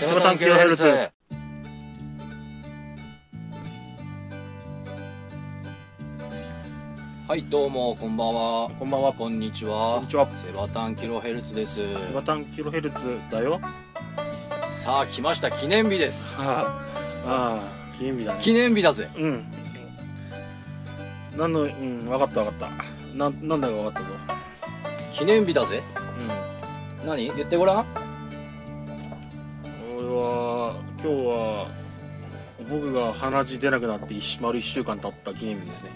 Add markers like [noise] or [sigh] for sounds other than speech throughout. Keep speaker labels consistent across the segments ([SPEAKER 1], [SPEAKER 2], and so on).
[SPEAKER 1] セマタン 9Hz。
[SPEAKER 2] はい、どうも、こんばんは。
[SPEAKER 1] こんばんは。
[SPEAKER 2] こんにち
[SPEAKER 1] こん
[SPEAKER 2] は
[SPEAKER 1] に。ちは。
[SPEAKER 2] セバタンキロヘルツです。
[SPEAKER 1] セマタン 9Hz だよ。
[SPEAKER 2] さあ、来ました。記念日です。
[SPEAKER 1] ああ、記念日だね。
[SPEAKER 2] 記念日だぜ。
[SPEAKER 1] うん。なんの、うん、わかったわかった。なん、なんだかわかったぞ。
[SPEAKER 2] 記念日だぜ。
[SPEAKER 1] う
[SPEAKER 2] 何言ってごらん。
[SPEAKER 1] ん。俺は、今日は、僕が鼻血出なくなって一丸一週間経った記念日ですね。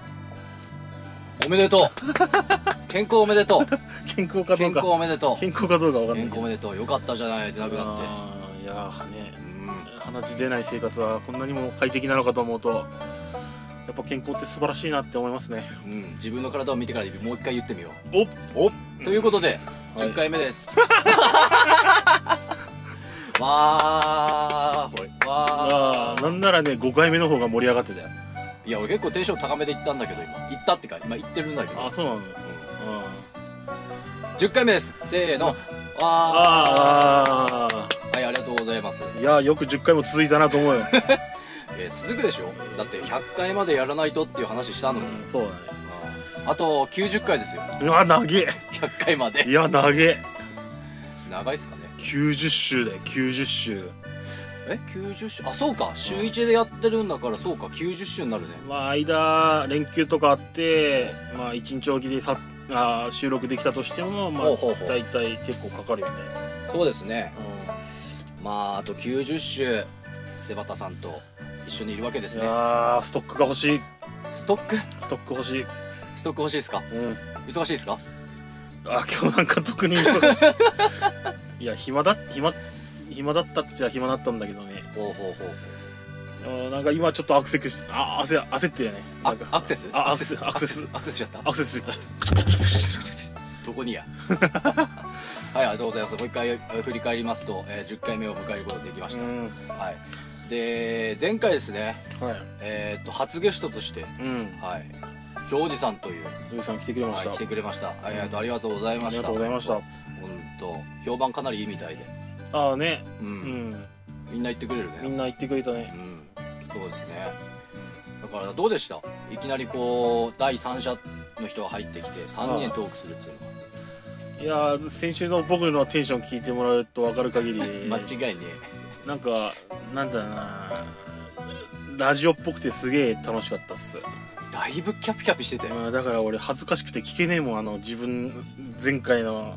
[SPEAKER 2] おめでとう。健康おめでとう。
[SPEAKER 1] 健康かど
[SPEAKER 2] 健
[SPEAKER 1] うか
[SPEAKER 2] 康。おめでとう。
[SPEAKER 1] 健康かどうかわかんな
[SPEAKER 2] 健
[SPEAKER 1] い
[SPEAKER 2] 康
[SPEAKER 1] け
[SPEAKER 2] お
[SPEAKER 1] ど。
[SPEAKER 2] めでとう。よかったじゃないってなくなっ
[SPEAKER 1] あーいやーね
[SPEAKER 2] て。うん。
[SPEAKER 1] 鼻血出ない生活はこんなにも快適なのかと思うとやっぱ健康って素晴らしいなって思いますね
[SPEAKER 2] うん。自分の体を見てからもう一回言ってみよ
[SPEAKER 1] お
[SPEAKER 2] う。おということで、
[SPEAKER 1] はい
[SPEAKER 2] 10回目です。 [laughs] わー、ほい。
[SPEAKER 1] あ
[SPEAKER 2] わ
[SPEAKER 1] あ
[SPEAKER 2] ー。
[SPEAKER 1] なんならね5回目の方が盛り上がってたよ
[SPEAKER 2] いや、俺結構テンション高めで行ったんだけど、今。行ったってか、今行ってるんだけど。
[SPEAKER 1] あそうなの
[SPEAKER 2] う
[SPEAKER 1] あ
[SPEAKER 2] ん10回目です。せーの。わ
[SPEAKER 1] ああ
[SPEAKER 2] ー。はい、ありがとうございます。
[SPEAKER 1] ーいやーよく10回も続いたなと思うよ、
[SPEAKER 2] えー続くでしょだって100回までやらないとっていう話したのに。
[SPEAKER 1] そうだね
[SPEAKER 2] あと90回ですよ。
[SPEAKER 1] うわ長え
[SPEAKER 2] 100回まで。
[SPEAKER 1] いや長え
[SPEAKER 2] 長いっすかね。
[SPEAKER 1] 90週だよ90週
[SPEAKER 2] え ?90 週あ、そうか。週1でやってるんだから、そうか。90週になるね。
[SPEAKER 1] まあ間連休とかあってまあ1日おきでさあー収録できたとしてもまあ
[SPEAKER 2] ほうほうほう
[SPEAKER 1] 大体結構かかるよね、
[SPEAKER 2] そうですね。まあ、あと90週、瀬端さんと一緒にいるわけです
[SPEAKER 1] い
[SPEAKER 2] ね。
[SPEAKER 1] やーストックが欲しい
[SPEAKER 2] ストック
[SPEAKER 1] ストック欲しい。
[SPEAKER 2] ストック欲しいですか
[SPEAKER 1] うん。
[SPEAKER 2] 忙しいですか
[SPEAKER 1] あ、今日なんか特に忙し
[SPEAKER 2] [laughs]
[SPEAKER 1] い。いや、暇だ、暇、暇だったっちゃ暇だったんだけどね。
[SPEAKER 2] ほうほうほう。
[SPEAKER 1] あーなんか今ちょっとアクセスし、あ、焦焦ってるよね。な
[SPEAKER 2] あ
[SPEAKER 1] んか
[SPEAKER 2] アクセス
[SPEAKER 1] あ、アクセス、ア
[SPEAKER 2] ア
[SPEAKER 1] クセス、
[SPEAKER 2] アクセスしちゃった
[SPEAKER 1] アクセス。
[SPEAKER 2] どこにや [laughs] はい、ありがとうございます。もう一回えー振り返りますと、えー10回目を迎えることができまし
[SPEAKER 1] う
[SPEAKER 2] た。
[SPEAKER 1] ん。
[SPEAKER 2] はい。で、前回ですね、
[SPEAKER 1] はい。
[SPEAKER 2] えーっと、初ゲストとして、
[SPEAKER 1] うん。
[SPEAKER 2] はい、ジョージさんという、
[SPEAKER 1] ゆうさん来てくれま
[SPEAKER 2] は
[SPEAKER 1] し
[SPEAKER 2] い、
[SPEAKER 1] た。
[SPEAKER 2] 来てくれました。
[SPEAKER 1] ん
[SPEAKER 2] えーっと、ありがとうござい
[SPEAKER 1] あ
[SPEAKER 2] ま
[SPEAKER 1] り
[SPEAKER 2] し
[SPEAKER 1] が
[SPEAKER 2] た。
[SPEAKER 1] とうございました。
[SPEAKER 2] 本当評判かなりいいみたいで。
[SPEAKER 1] ああね、
[SPEAKER 2] うん。
[SPEAKER 1] うん。
[SPEAKER 2] みんな言ってくれるね。
[SPEAKER 1] みんな言ってくれた
[SPEAKER 2] う
[SPEAKER 1] ね。
[SPEAKER 2] ん。そうですね。だから、どうでしたいきなりこう、第三者の人が入ってきて、3人でトークするっていうのは。
[SPEAKER 1] いやー、先週の僕のテンション聞いてもらうとわかる限り、
[SPEAKER 2] 間違いね
[SPEAKER 1] なんか、なんだろうなラジオっぽくてすげえ楽しかったっす。
[SPEAKER 2] えだいぶキャピキャピしてたよ
[SPEAKER 1] まあ、だから俺恥ずかしくて聞けねえもんあの自分前回の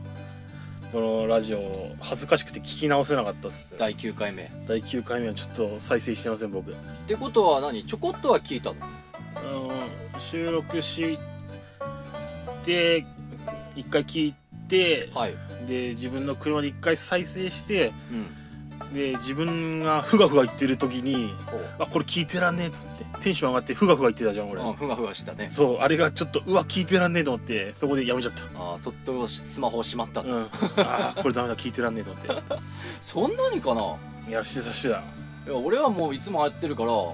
[SPEAKER 1] このラジオ恥ずかしくて聞き直せなかったっす
[SPEAKER 2] 第9回目っ
[SPEAKER 1] 第9回目はちょっと再生してません僕う
[SPEAKER 2] てことは何ちょこっとは聞いたの
[SPEAKER 1] ん収録して一回聞いて
[SPEAKER 2] はい、
[SPEAKER 1] で自分の車で一回再生して
[SPEAKER 2] うん、
[SPEAKER 1] で自分がふがふが言ってる時に
[SPEAKER 2] ほう
[SPEAKER 1] あこれ聞いてらんねえと思ってテンション上がってふがふが言ってたじゃん俺、
[SPEAKER 2] うんふがふがしてたね
[SPEAKER 1] そうあれがちょっとうわ聞いてらんねえと思ってそこでやめちゃった
[SPEAKER 2] あーそっとスマホをしまった、
[SPEAKER 1] うん、ああこれダメだ聞いてらんねえと思って
[SPEAKER 2] そんなにかない
[SPEAKER 1] やしてたしてた
[SPEAKER 2] いや俺はもういつもやってるからあ
[SPEAKER 1] あ
[SPEAKER 2] あ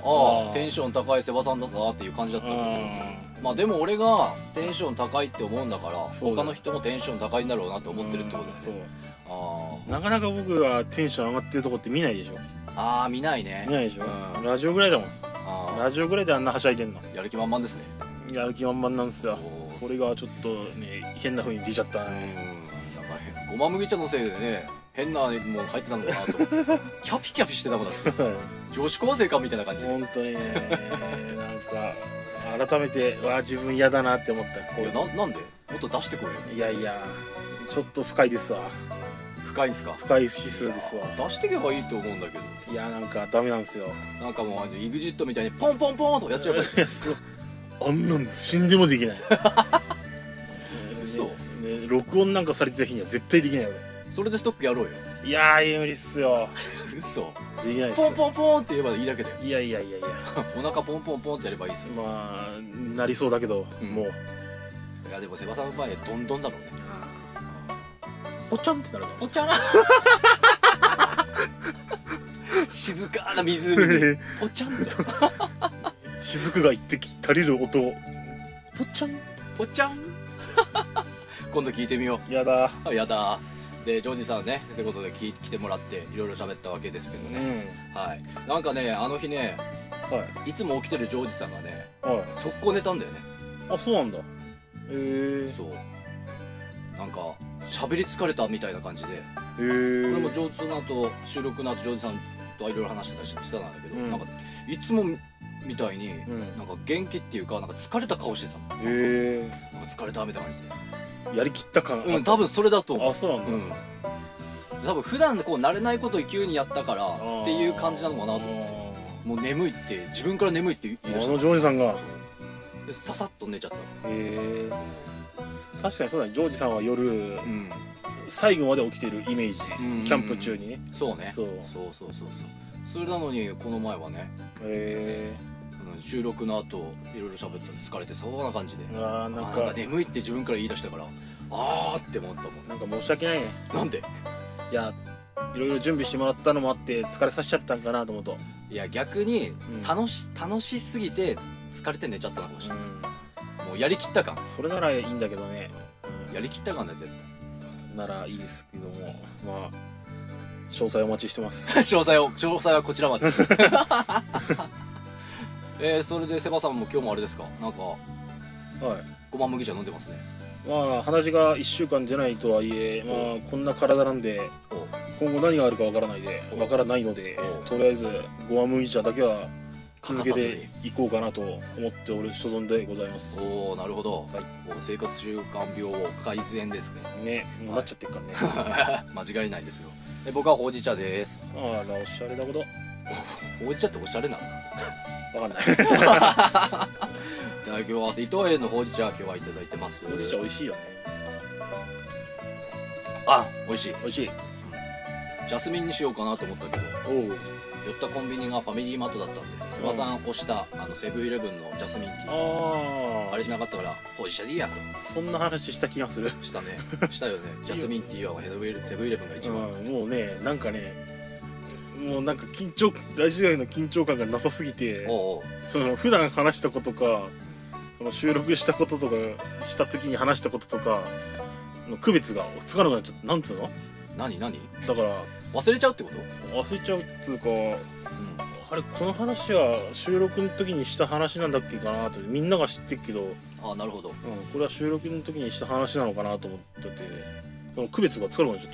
[SPEAKER 1] ー
[SPEAKER 2] テンション高いセバさんだなっていう感じだった
[SPEAKER 1] う
[SPEAKER 2] けど
[SPEAKER 1] ん
[SPEAKER 2] まあでも俺がテンション高いって思うんだから
[SPEAKER 1] そう
[SPEAKER 2] 他
[SPEAKER 1] だよ
[SPEAKER 2] の人もテンション高いんだろうなって思ってるってことだよね
[SPEAKER 1] そうなかなか僕はテンション上がってるとこって見ないでしょ
[SPEAKER 2] あーあー見ないね
[SPEAKER 1] 見ないでしょ、
[SPEAKER 2] うん
[SPEAKER 1] ラジオぐらいだもん
[SPEAKER 2] あ
[SPEAKER 1] ラジオぐらいであんなはしゃいでんの
[SPEAKER 2] ーやる気満々ですね
[SPEAKER 1] やる気満々なんですよ
[SPEAKER 2] おー
[SPEAKER 1] それがちょっとね変な風に出ちゃった
[SPEAKER 2] う
[SPEAKER 1] ね
[SPEAKER 2] んなんかごま麦茶のせいでね変なもん入ってたのかなと [laughs] キャピキャピしてたもんだって女子高生かみたいな感じで
[SPEAKER 1] [laughs] 本当にねなんか改めてわあ自分嫌だなって思ったこ
[SPEAKER 2] いう
[SPEAKER 1] い
[SPEAKER 2] や
[SPEAKER 1] うの
[SPEAKER 2] ななんでもっと出してこいよ
[SPEAKER 1] いやいやちょっと深いですわ
[SPEAKER 2] 深いんすか
[SPEAKER 1] 深い指数ですわ
[SPEAKER 2] 出してけばいいと思うんだけど
[SPEAKER 1] いやなんかダメなんですよ
[SPEAKER 2] なんかもうあの EXIT みたいにポンポンポンとかやっちゃえばいい
[SPEAKER 1] いやそうあんなん死んでもできないね
[SPEAKER 2] 嘘
[SPEAKER 1] ね録音なんかされてた日には絶対できないよ
[SPEAKER 2] それでストックやろうよ
[SPEAKER 1] [laughs] 俺いやー無理っすよ
[SPEAKER 2] 嘘
[SPEAKER 1] できないっす
[SPEAKER 2] ポンポンポンって言えばいいだけだよ
[SPEAKER 1] いやいやいやいや
[SPEAKER 2] お腹ポンポンポンってやればいいですよ
[SPEAKER 1] まあなりそうだけど、
[SPEAKER 2] うん
[SPEAKER 1] もう
[SPEAKER 2] いやでもセバさんの前でどんどんだろうね
[SPEAKER 1] ぽちゃんってな [laughs] るか
[SPEAKER 2] ぽっちゃん静かな湖に
[SPEAKER 1] [laughs] も
[SPEAKER 2] ぽっちゃんって
[SPEAKER 1] 雫が一滴垂れる音ぽちゃん
[SPEAKER 2] ぽっちゃん [laughs] 今度聞いてみよ
[SPEAKER 1] やだ
[SPEAKER 2] うあやだでジョージさんねってことでき来てもらっていろいろ喋ったわけですけど
[SPEAKER 1] うん
[SPEAKER 2] ね、はいなんかねあの日ね
[SPEAKER 1] はい
[SPEAKER 2] いつも起きてるジョージさんがね
[SPEAKER 1] はい
[SPEAKER 2] 速攻寝たんだよね
[SPEAKER 1] あそうなんだへえ
[SPEAKER 2] そうなんか喋り疲れたみたいな感じで
[SPEAKER 1] へえ
[SPEAKER 2] 俺も上手の後収録の後ジョージさんといろいろ話してたりしてたんだけど、
[SPEAKER 1] うん
[SPEAKER 2] なんかいつもみたいに
[SPEAKER 1] うんへ
[SPEAKER 2] なんか元気っていうかなんか疲れた顔してたの
[SPEAKER 1] え
[SPEAKER 2] なんか疲れたみたいな感
[SPEAKER 1] やりきった感
[SPEAKER 2] じでうん多分それだと思う
[SPEAKER 1] あそうなんだ、
[SPEAKER 2] うん多分普段こう慣れないことを急にやったからっていう感じなのかなと
[SPEAKER 1] 思って
[SPEAKER 2] もう眠いって自分から眠いって言い
[SPEAKER 1] あ
[SPEAKER 2] 出した
[SPEAKER 1] のジョージさんが
[SPEAKER 2] そうでささっと寝ちゃった
[SPEAKER 1] へえ確かにそうだねジョージさんは夜、
[SPEAKER 2] うん
[SPEAKER 1] 最後まで起きてるイメージ、
[SPEAKER 2] んうん
[SPEAKER 1] キャンプ中にね
[SPEAKER 2] そうね
[SPEAKER 1] そう
[SPEAKER 2] そうそうそうそうそれなのにこの前はね
[SPEAKER 1] へえ
[SPEAKER 2] うん収録の後いろいろ喋ったの疲れてそうな感じで
[SPEAKER 1] うわーな
[SPEAKER 2] なんん
[SPEAKER 1] か
[SPEAKER 2] か眠いって自分から言い出したからあーって思ったもん
[SPEAKER 1] なんか申し訳ないね
[SPEAKER 2] なんで
[SPEAKER 1] いやいろいろ準備してもらったのもあって疲れさせちゃったんかなと思うと、
[SPEAKER 2] いや逆に
[SPEAKER 1] うん
[SPEAKER 2] 楽し楽しすぎて疲れて寝ちゃったのかもし
[SPEAKER 1] う
[SPEAKER 2] れない、
[SPEAKER 1] ん
[SPEAKER 2] もうやりきった感
[SPEAKER 1] それならいいんだけどね、うん
[SPEAKER 2] やりきった感だよ絶
[SPEAKER 1] ならいいですけどもまあ詳細お待ちしてます
[SPEAKER 2] 対 [laughs] 詳細を詳細はこちらま [laughs] でえー、それでセバさんも今日もあれですかなんか
[SPEAKER 1] はい
[SPEAKER 2] ごま麦茶飲んでますね
[SPEAKER 1] まあ話が1週間じゃないとはいえ、まあ、こんな体なんで
[SPEAKER 2] おう
[SPEAKER 1] 今後何があるかわからないで
[SPEAKER 2] お
[SPEAKER 1] わからないので
[SPEAKER 2] お
[SPEAKER 1] とりあえずゴア麦茶だけは
[SPEAKER 2] 欠かさ
[SPEAKER 1] 続け
[SPEAKER 2] ず
[SPEAKER 1] ていこうかなと思っておる所存でございます
[SPEAKER 2] におおなるほど、
[SPEAKER 1] はい
[SPEAKER 2] もう生活習慣病改善ですね [laughs]
[SPEAKER 1] ねもうなっちゃってっ [laughs] からね、
[SPEAKER 2] 間違いないですよで僕はほうじ茶です
[SPEAKER 1] あらおしゃれなこと
[SPEAKER 2] ほうじ茶っておしゃれなの
[SPEAKER 1] わかんない
[SPEAKER 2] いただきます伊藤園のほうじ茶今日はいただいてます
[SPEAKER 1] 麦茶美味しいよね
[SPEAKER 2] あ美味しい
[SPEAKER 1] 美味しい
[SPEAKER 2] ジャスミンにしようかなと思ったけど
[SPEAKER 1] おう
[SPEAKER 2] 寄ったコンビニがファミリーマートだったんで
[SPEAKER 1] うん
[SPEAKER 2] 馬さん押したあのセブンイレブンのジャスミンティー
[SPEAKER 1] あ
[SPEAKER 2] あ
[SPEAKER 1] あ
[SPEAKER 2] れしなかったからほうじ茶でいいやと
[SPEAKER 1] そんな話した気がする
[SPEAKER 2] した
[SPEAKER 1] [laughs]
[SPEAKER 2] ねしたよねジャスミンティーはヘドウェルセブンイレブンが一
[SPEAKER 1] うん
[SPEAKER 2] 番、
[SPEAKER 1] もうねなんかねもうなんか緊張ラジオへの緊張感がなさすぎて
[SPEAKER 2] おうおう
[SPEAKER 1] その普段話したことかその収録したこととかした時に話したこととかの区別がつかなくなっちゃってなんつうの
[SPEAKER 2] 何何
[SPEAKER 1] だから
[SPEAKER 2] 忘れちゃうってこと
[SPEAKER 1] 忘れちゃうっつうか
[SPEAKER 2] うん
[SPEAKER 1] あれこの話は収録の時にした話なんだっけかなとみんなが知ってるけど、うん、
[SPEAKER 2] あなるほど
[SPEAKER 1] これは収録の時にした話なのかなと思っててその区別がつかなくなっちゃっ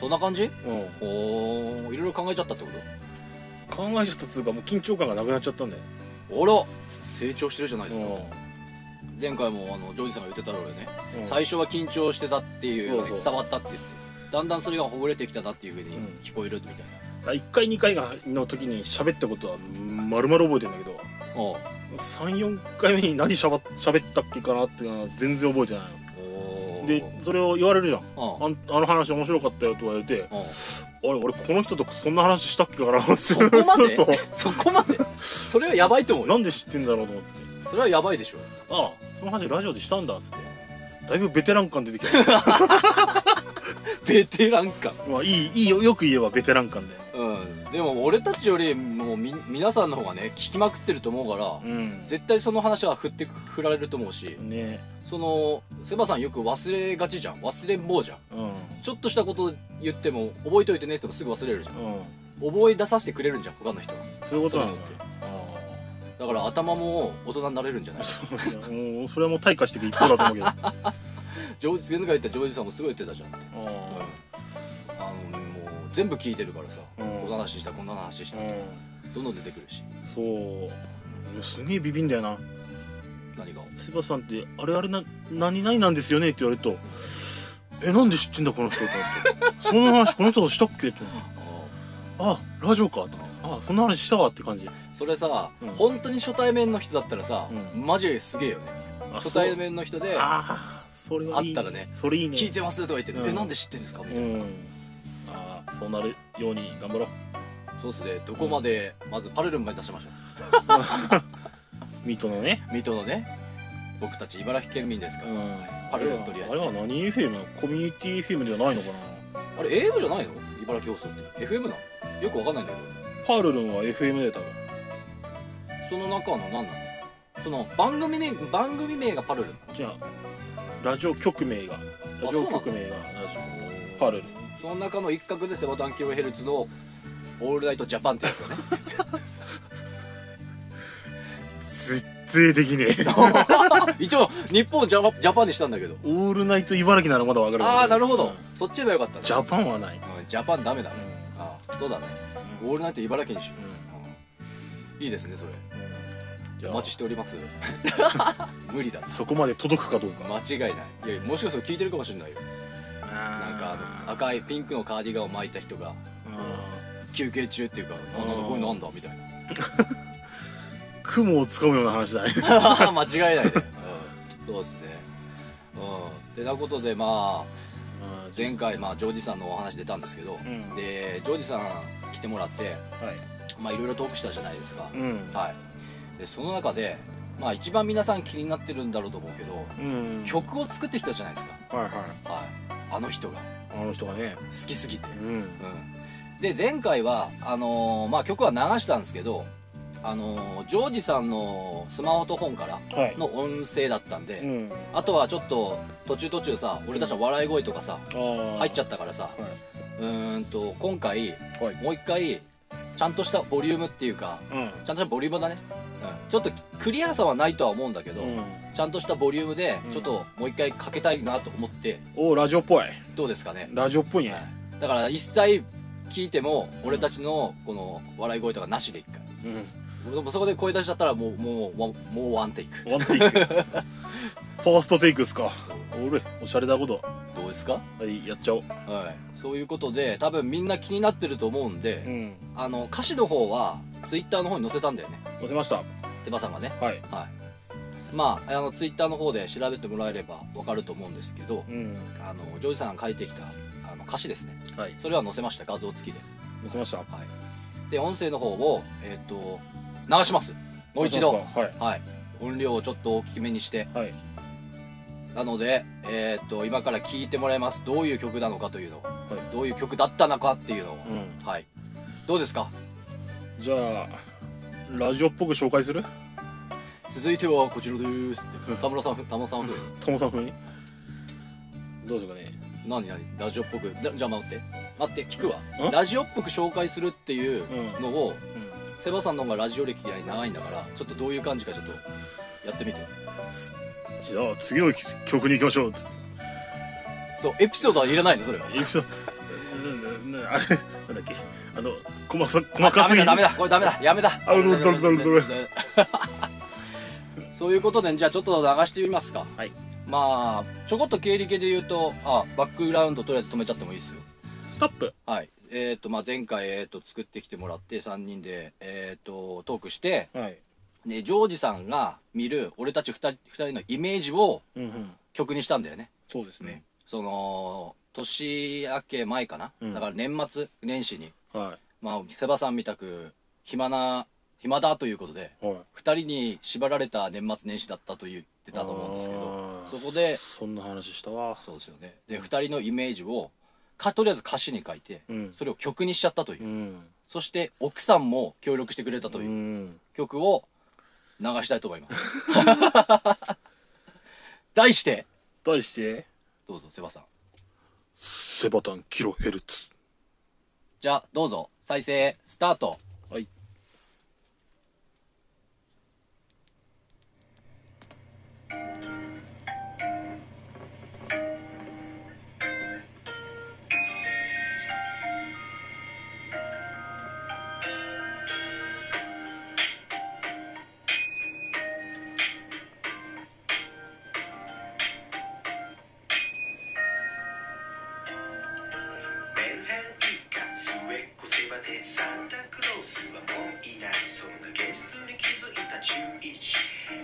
[SPEAKER 2] そんな感じ
[SPEAKER 1] た、うん、
[SPEAKER 2] おおいろいろ考えちゃったってこと
[SPEAKER 1] 考えちゃったっつうかもう緊張感がなくなっちゃったんだよ、
[SPEAKER 2] あら成長してるじゃないです
[SPEAKER 1] う
[SPEAKER 2] か
[SPEAKER 1] ん
[SPEAKER 2] 前回もあのジョージさんが言ってたのでね
[SPEAKER 1] うん
[SPEAKER 2] 最初は緊張してたっていうのが
[SPEAKER 1] そうそう
[SPEAKER 2] 伝わったって言ってだんだんそれがほぐれてきたなっていうふうに
[SPEAKER 1] うん
[SPEAKER 2] 聞こえるみたい
[SPEAKER 1] 1回2回がの時に喋ったことは丸々覚えてんだけど
[SPEAKER 2] な、おう
[SPEAKER 1] 34回目に何しゃば喋ったっけかなっていうのは全然覚えてない
[SPEAKER 2] お
[SPEAKER 1] の
[SPEAKER 2] ー
[SPEAKER 1] でそれを言われるじゃん
[SPEAKER 2] うん
[SPEAKER 1] あんあの話面白かったよと言われて
[SPEAKER 2] うん
[SPEAKER 1] あれ俺この人とそんな話したっけか
[SPEAKER 2] [laughs]
[SPEAKER 1] なそ
[SPEAKER 2] こまで
[SPEAKER 1] [laughs] そうそ
[SPEAKER 2] [laughs] そこまでそれはやばいと思
[SPEAKER 1] う
[SPEAKER 2] うよ
[SPEAKER 1] なんで知ってんだろうと思って
[SPEAKER 2] [laughs] それはやばいでしょ
[SPEAKER 1] ああその話ラジオでしたんだっつってだいぶベテラン感出てき
[SPEAKER 2] [laughs]
[SPEAKER 1] た
[SPEAKER 2] ベテラン感
[SPEAKER 1] まあいいいいよよく言えばベテラン感だよね
[SPEAKER 2] うんでも俺たちよりもうみ皆さんの方がね聞きまくってると思うから
[SPEAKER 1] うん
[SPEAKER 2] 絶対その話は振って振られると思うし
[SPEAKER 1] ね
[SPEAKER 2] そのセバさんよく忘れがちじゃん忘れん坊じゃん
[SPEAKER 1] うん
[SPEAKER 2] ちょっとしたこと言っても覚えといてねってもすぐ忘れるじゃん
[SPEAKER 1] うん
[SPEAKER 2] 覚え出させてくれるんじゃん他の人は
[SPEAKER 1] そういうことなんだ
[SPEAKER 2] そういうの
[SPEAKER 1] あ
[SPEAKER 2] だから頭も大人になれるんじゃな
[SPEAKER 1] [laughs] あ
[SPEAKER 2] い
[SPEAKER 1] そういやもうそれはもう退化していく一方だと思うけどあ
[SPEAKER 2] ジョージ前回言ったジョージさんもすごい言ってたじゃん
[SPEAKER 1] あ
[SPEAKER 2] あのもう全部聞いてるからさ、
[SPEAKER 1] うん
[SPEAKER 2] こんな話したこんな話したって、どんどん出てくるし
[SPEAKER 1] そういやすげえビビんだよな
[SPEAKER 2] 何が
[SPEAKER 1] セバさんってあれあれな何々なんですよねって言われるとえなんで知ってんだこの人と思ってその話この人としたっけと思ってあラジオかと思ってあそんな話したわって感じ
[SPEAKER 2] それさ、
[SPEAKER 1] うん
[SPEAKER 2] 本当に初対面の人だったらさ、
[SPEAKER 1] う
[SPEAKER 2] マジですげえよね
[SPEAKER 1] あ
[SPEAKER 2] 初対面の人
[SPEAKER 1] そう
[SPEAKER 2] で
[SPEAKER 1] ああそれはいい
[SPEAKER 2] あったらね
[SPEAKER 1] それいい
[SPEAKER 2] 「
[SPEAKER 1] ね
[SPEAKER 2] 聞いてます」とか言って、
[SPEAKER 1] うん
[SPEAKER 2] えなんで知ってんですか?」みたい
[SPEAKER 1] う
[SPEAKER 2] な、
[SPEAKER 1] んああそうなるように頑張ろう
[SPEAKER 2] そうっすねどこまで、まずパルルンまで出しましょ
[SPEAKER 1] ミートのね
[SPEAKER 2] う水戸のね僕たち茨城県民ですから、
[SPEAKER 1] ん
[SPEAKER 2] パルルとりあえず
[SPEAKER 1] あれは何 FM コミュニティ FM ではないのかな
[SPEAKER 2] あれ AM じゃないの茨城放送って FM なのよくわかんないんだけど
[SPEAKER 1] パルルンは FM で多分
[SPEAKER 2] その中の何なのその番組名番組名がパルルン
[SPEAKER 1] じゃあラジオ局名がラジオ局名がラジオパルル
[SPEAKER 2] その中の一角でセバタンキロヘルツの「オールナイトジャパン」ってやつだね [laughs]
[SPEAKER 1] 絶対で
[SPEAKER 2] [laughs]
[SPEAKER 1] きねえ
[SPEAKER 2] 一応日本をジャパジャパンにしたんだけど
[SPEAKER 1] オールナイト茨城ならまだわかる
[SPEAKER 2] ああなるほど、
[SPEAKER 1] うん
[SPEAKER 2] そっち言えばよかったね
[SPEAKER 1] ジャパンはない
[SPEAKER 2] うんジャパンダメだねああそうだねオールナイト茨城にしよううんいいですねそれ
[SPEAKER 1] じゃあ
[SPEAKER 2] お待ちしております [laughs] 無理だ
[SPEAKER 1] そこまで届くかどうか
[SPEAKER 2] 間違いないいやもしかすると聞いてるかもしれないよなんかあの赤いピンクのカーディガンを巻いた人が休憩中っていうか「あなんだこれなんだ?」みたいな
[SPEAKER 1] 雲をつかむような話だね
[SPEAKER 2] [laughs] 間違いないね、うん、そうですねうんてなことでまあ前回まあジョージさんのお話出たんですけど
[SPEAKER 1] うん
[SPEAKER 2] でジョージさん来てもらって
[SPEAKER 1] はい
[SPEAKER 2] まあいろいろトークしたじゃないですか
[SPEAKER 1] うん
[SPEAKER 2] はいでその中でまあ一番皆さん気になってるんだろうと思うけど
[SPEAKER 1] うん
[SPEAKER 2] 曲を作ってきたじゃないです
[SPEAKER 1] はいはい
[SPEAKER 2] かはいあの人が
[SPEAKER 1] あの人がね
[SPEAKER 2] 好きすぎて
[SPEAKER 1] うん
[SPEAKER 2] うん、で前回はあのーまあ、曲は流したんですけど、あのージョージさんのスマートフォンから
[SPEAKER 1] はい
[SPEAKER 2] の音声だったんで、
[SPEAKER 1] うん
[SPEAKER 2] あとはちょっと途中途中さ俺たちの笑い声とかさ入っちゃ
[SPEAKER 1] っ
[SPEAKER 2] ったからさ
[SPEAKER 1] は
[SPEAKER 2] うーんと今回
[SPEAKER 1] たはい
[SPEAKER 2] もう一回ちゃんとしたボリュームっていうか
[SPEAKER 1] うん
[SPEAKER 2] ちゃんとしたボリュームだね、うん、ちょっとクリアさはないとは思うんだけど、
[SPEAKER 1] うん
[SPEAKER 2] ちゃんとしたボリュームで
[SPEAKER 1] うん
[SPEAKER 2] ちょっともう一回かけたいなと思って
[SPEAKER 1] おラジオっぽい
[SPEAKER 2] どうですかね
[SPEAKER 1] ラジオっぽい
[SPEAKER 2] は
[SPEAKER 1] ね
[SPEAKER 2] いだから一切聞いても俺たちのこの笑い声とかなしで一回
[SPEAKER 1] うん
[SPEAKER 2] でもそこで声出しちゃったらもうもうもうもうワンテイク
[SPEAKER 1] ワン
[SPEAKER 2] [laughs]
[SPEAKER 1] テイクファーストテイクっすかおれおしゃれだこと
[SPEAKER 2] どうですか、
[SPEAKER 1] はいやっちゃおう
[SPEAKER 2] はい、そういうことで多分みんな気になってると思うんで、
[SPEAKER 1] ん
[SPEAKER 2] あの歌詞の方はツイッターの方に載せたんだよね
[SPEAKER 1] 載せました
[SPEAKER 2] 手羽さんがね
[SPEAKER 1] はい
[SPEAKER 2] はいまああのツイッターの方で調べてもらえれば分かると思うんですけど
[SPEAKER 1] うん
[SPEAKER 2] あのジョージさんが書いてきたあの歌詞ですね
[SPEAKER 1] はい
[SPEAKER 2] それは載せました画像付きで
[SPEAKER 1] 載せました
[SPEAKER 2] はいで音声の方をえっ、と流しますもう一度
[SPEAKER 1] 載せますか
[SPEAKER 2] はい、音量をちょっと大きめにして
[SPEAKER 1] はいはい
[SPEAKER 2] なので、えー、と今から聴いてもらいますどういう曲なのかというのを、
[SPEAKER 1] い
[SPEAKER 2] どういう曲だったのかっていうのを、
[SPEAKER 1] うん
[SPEAKER 2] はい、どうですか
[SPEAKER 1] じゃあラジオっぽく紹介する
[SPEAKER 2] 続いてはこちらですって田村さん田村さんは
[SPEAKER 1] ともさん風にどうですかね
[SPEAKER 2] 何何ラジオっぽくなじゃあ待って待って聞くわ
[SPEAKER 1] ん
[SPEAKER 2] ラジオっぽく紹介するっていう
[SPEAKER 1] うん
[SPEAKER 2] のをセバさんの方がラジオ歴が長いんだからちょっとどういう感じかちょっとやってみて
[SPEAKER 1] じゃあ次の曲に行きましょうつって
[SPEAKER 2] そうエピソードはいらないのそれは
[SPEAKER 1] 行くぞなななあれなんだっけあの細さ細か
[SPEAKER 2] ダ
[SPEAKER 1] す
[SPEAKER 2] メ
[SPEAKER 1] ぎ
[SPEAKER 2] だダメだこれダメだやめだ
[SPEAKER 1] あうるうるうるうるうる
[SPEAKER 2] [laughs] そういうことでじゃあちょっと流してみますか
[SPEAKER 1] はい
[SPEAKER 2] まあちょこっと経理系で言うとあバックグラウンドとりあえず止めちゃってもいいですよ
[SPEAKER 1] ストップ
[SPEAKER 2] はいえー、とまあ前回、えー、と作ってきてもらって3人で、えー、とトークして
[SPEAKER 1] はい
[SPEAKER 2] でジョージさんが見る俺たち2人 ,2 人のイメージを
[SPEAKER 1] うんうん
[SPEAKER 2] 曲にしたんだよね
[SPEAKER 1] そうですね
[SPEAKER 2] その年明け前かな、
[SPEAKER 1] うん
[SPEAKER 2] だから年末年始に
[SPEAKER 1] は
[SPEAKER 2] まあセバさんみたく暇な暇だということで
[SPEAKER 1] いはい
[SPEAKER 2] 2人に縛られた年末年始だったと言ってたと思うんですけど
[SPEAKER 1] あー
[SPEAKER 2] そこで
[SPEAKER 1] そんな話したわ
[SPEAKER 2] そうですよねで2人のイメージをかとりあえず歌詞に書いて
[SPEAKER 1] うん
[SPEAKER 2] それを曲にしちゃったという、
[SPEAKER 1] うん
[SPEAKER 2] そして奥さんも協力してくれたといううん曲を流したいと思います [laughs] 題して
[SPEAKER 1] 題して
[SPEAKER 2] どうぞセバさん
[SPEAKER 1] セバタンキロヘルツ
[SPEAKER 2] じゃあどうぞ再生スタート
[SPEAKER 1] はい
[SPEAKER 3] メルヘン一家末っ子セバテサンタクロースはもういないそんな現実に気づいた中1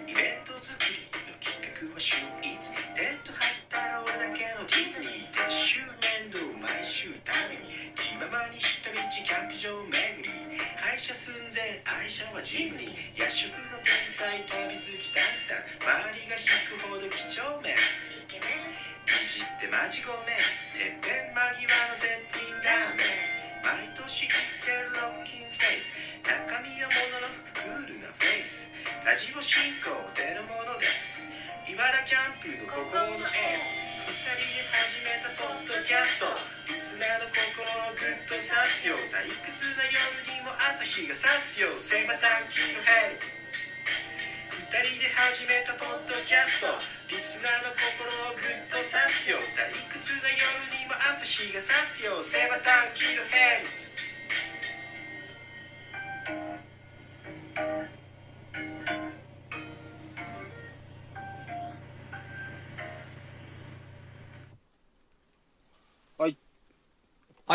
[SPEAKER 3] イベント作りの企画は週1テント張ったら俺だけのディズニーで周年度を毎週ために気ままにした道キャンプ場を巡り廃車寸前愛車はジムニー夜食の天才旅好きだった周りが引くほど几帳面いじってマジごめんてっぺん間際の絶品ラーメン毎年行ってるロッキングフェイス中身はもののクールなフェイスラジオ進行でのものです茨キャンプのここのエースキャストリスナーの心をぐっと刺すよ退屈な夜にも朝日が差すよ狭短期のヘリ二人で始めたポッドキャストリスナーの心をぐっと刺すよ退屈な夜にも朝日が差すよセバタンキのヘルス
[SPEAKER 1] こ
[SPEAKER 2] はい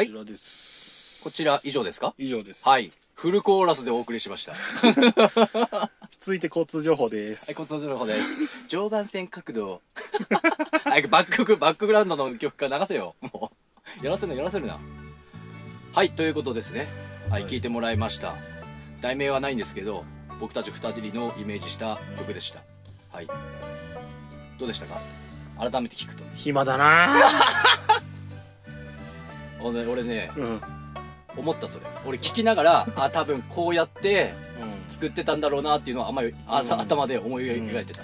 [SPEAKER 1] ちらです。
[SPEAKER 2] こちら以上ですか
[SPEAKER 1] 以上です。
[SPEAKER 2] はいフルコーラスでお送りしましたは
[SPEAKER 1] 続いて交通情報です。
[SPEAKER 2] いこちらの方です常磐線角道早くバックバックグラウンドの曲から流せよもうやらせるなやらせるなはいということですねはい、
[SPEAKER 1] はい
[SPEAKER 2] 聞いてもらいました題名はないんですけど僕たち二人のイメージした曲でしたはいどうでしたか改めて聞くと
[SPEAKER 1] 暇
[SPEAKER 2] [laughs]
[SPEAKER 1] だなぁ。
[SPEAKER 2] 俺俺ね
[SPEAKER 1] うん。うん。
[SPEAKER 2] 思ったそれ俺聞きながらあ多分こうやって作ってたんだろうなっていうのはあんまり、あ
[SPEAKER 1] うん
[SPEAKER 2] 頭で思い描いてた、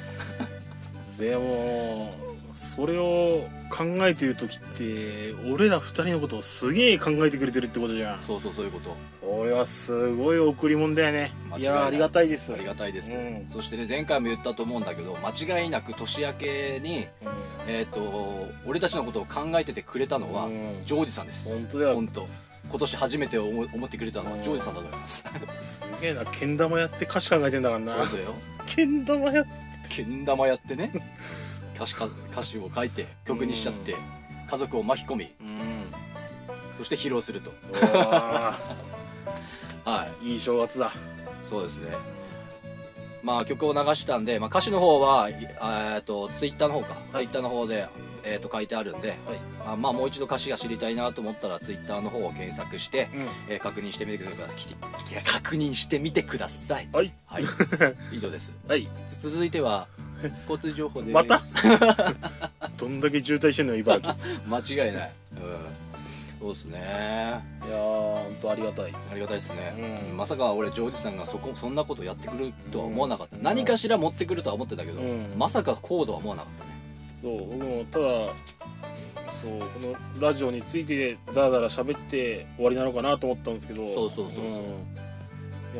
[SPEAKER 1] でも、それを考えてる時って、俺ら二人のことをすげえ考えてくれてるってことじゃん。
[SPEAKER 2] そうそうそういうこと
[SPEAKER 1] これはすごい贈り物だよね。
[SPEAKER 2] 間違いない
[SPEAKER 1] いやーありがたいです。
[SPEAKER 2] ありがたいです、
[SPEAKER 1] うん
[SPEAKER 2] そしてね前回も言ったと思うんだけど間違いなく年明けにえっ、と俺たちのことを考えててくれたのは、
[SPEAKER 1] うん
[SPEAKER 2] ジョージさんです
[SPEAKER 1] 本当だよ
[SPEAKER 2] 本。当今年初めて思い思ってくれたのはジョージさんだと思います、
[SPEAKER 1] すげえな、けん玉やって歌詞考えてんだか
[SPEAKER 2] そう
[SPEAKER 1] らな。
[SPEAKER 2] だよ
[SPEAKER 1] けん玉やって。
[SPEAKER 2] けん玉やってね歌詞か歌詞を書いて曲にしちゃって、
[SPEAKER 1] うん
[SPEAKER 2] 家族を巻き込み
[SPEAKER 1] うん。
[SPEAKER 2] そして披露すると
[SPEAKER 1] うわ
[SPEAKER 2] はい
[SPEAKER 1] ーいい正月だ。
[SPEAKER 2] そうですねまあ曲を流したんで、まあ、歌詞の方はえーっとツイッターの方か、ツイッターの方で、えーっと書いてあるんで、
[SPEAKER 1] はい
[SPEAKER 2] あまあもう一度歌詞が知りたいなと思ったらツイッターの方を検索して、
[SPEAKER 1] うん。
[SPEAKER 2] えー確認してみてくださいきき確認してみてください
[SPEAKER 1] はい、 [laughs]
[SPEAKER 2] はい、以上です
[SPEAKER 1] はい。
[SPEAKER 2] 続いては交通情報です
[SPEAKER 1] またどんだけ渋滞してんのよ茨城
[SPEAKER 2] [laughs] 間違いない、うん、そうですね
[SPEAKER 1] いやー本当ありがたい
[SPEAKER 2] ありがたいですね、
[SPEAKER 1] うん
[SPEAKER 2] まさか俺ジョージさんがそこそんなことやってくるとは思わなかった、
[SPEAKER 1] うん
[SPEAKER 2] 何かしら持ってくるとは思ってたけど、
[SPEAKER 1] うん
[SPEAKER 2] まさかコードは思わなかったね
[SPEAKER 1] そう僕もただそうこのラジオについてだらだら喋って終わりなのかなと思ったんですけど
[SPEAKER 2] そうそうそうそうん
[SPEAKER 1] いや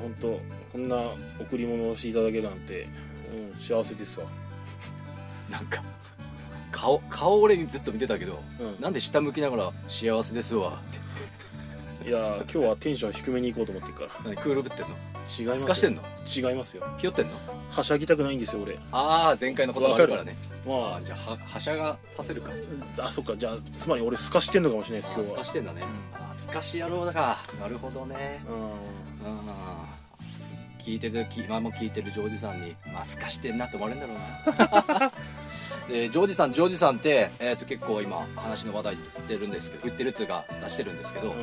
[SPEAKER 1] 本当こんな贈り物をしていただけるなんて、うん、幸せですわ、
[SPEAKER 2] なんか顔顔俺にずっと見てたけど
[SPEAKER 1] うん
[SPEAKER 2] なんで下向きながら「幸せですわ」って
[SPEAKER 1] いやー今日はテンション低めに行こうと思ってるから
[SPEAKER 2] 何クールぶってんの
[SPEAKER 1] 違います
[SPEAKER 2] す
[SPEAKER 1] よ
[SPEAKER 2] かしてんの
[SPEAKER 1] 違いますよ
[SPEAKER 2] ひよってんの
[SPEAKER 1] はしゃぎたくないんですよ俺
[SPEAKER 2] ああ前回のことがあるからねあ
[SPEAKER 1] ま
[SPEAKER 2] あじゃあははしゃがさせるか
[SPEAKER 1] ああそっかじゃあつまり俺すかしてんのかもしれないです
[SPEAKER 2] ああ
[SPEAKER 1] 今日
[SPEAKER 2] す
[SPEAKER 1] は
[SPEAKER 2] かしてんだね
[SPEAKER 1] うん
[SPEAKER 2] ああすかし野郎だかなるほどね
[SPEAKER 1] うん
[SPEAKER 2] うん聞いてるき今も聞いてるジョージさんにまあすかしてんなって思われるんだろうな
[SPEAKER 1] [laughs]
[SPEAKER 2] でジョージさんジョージさんって、えー、と結構今話の話題振ってるんですけど振ってるっつうか出してるんですけど、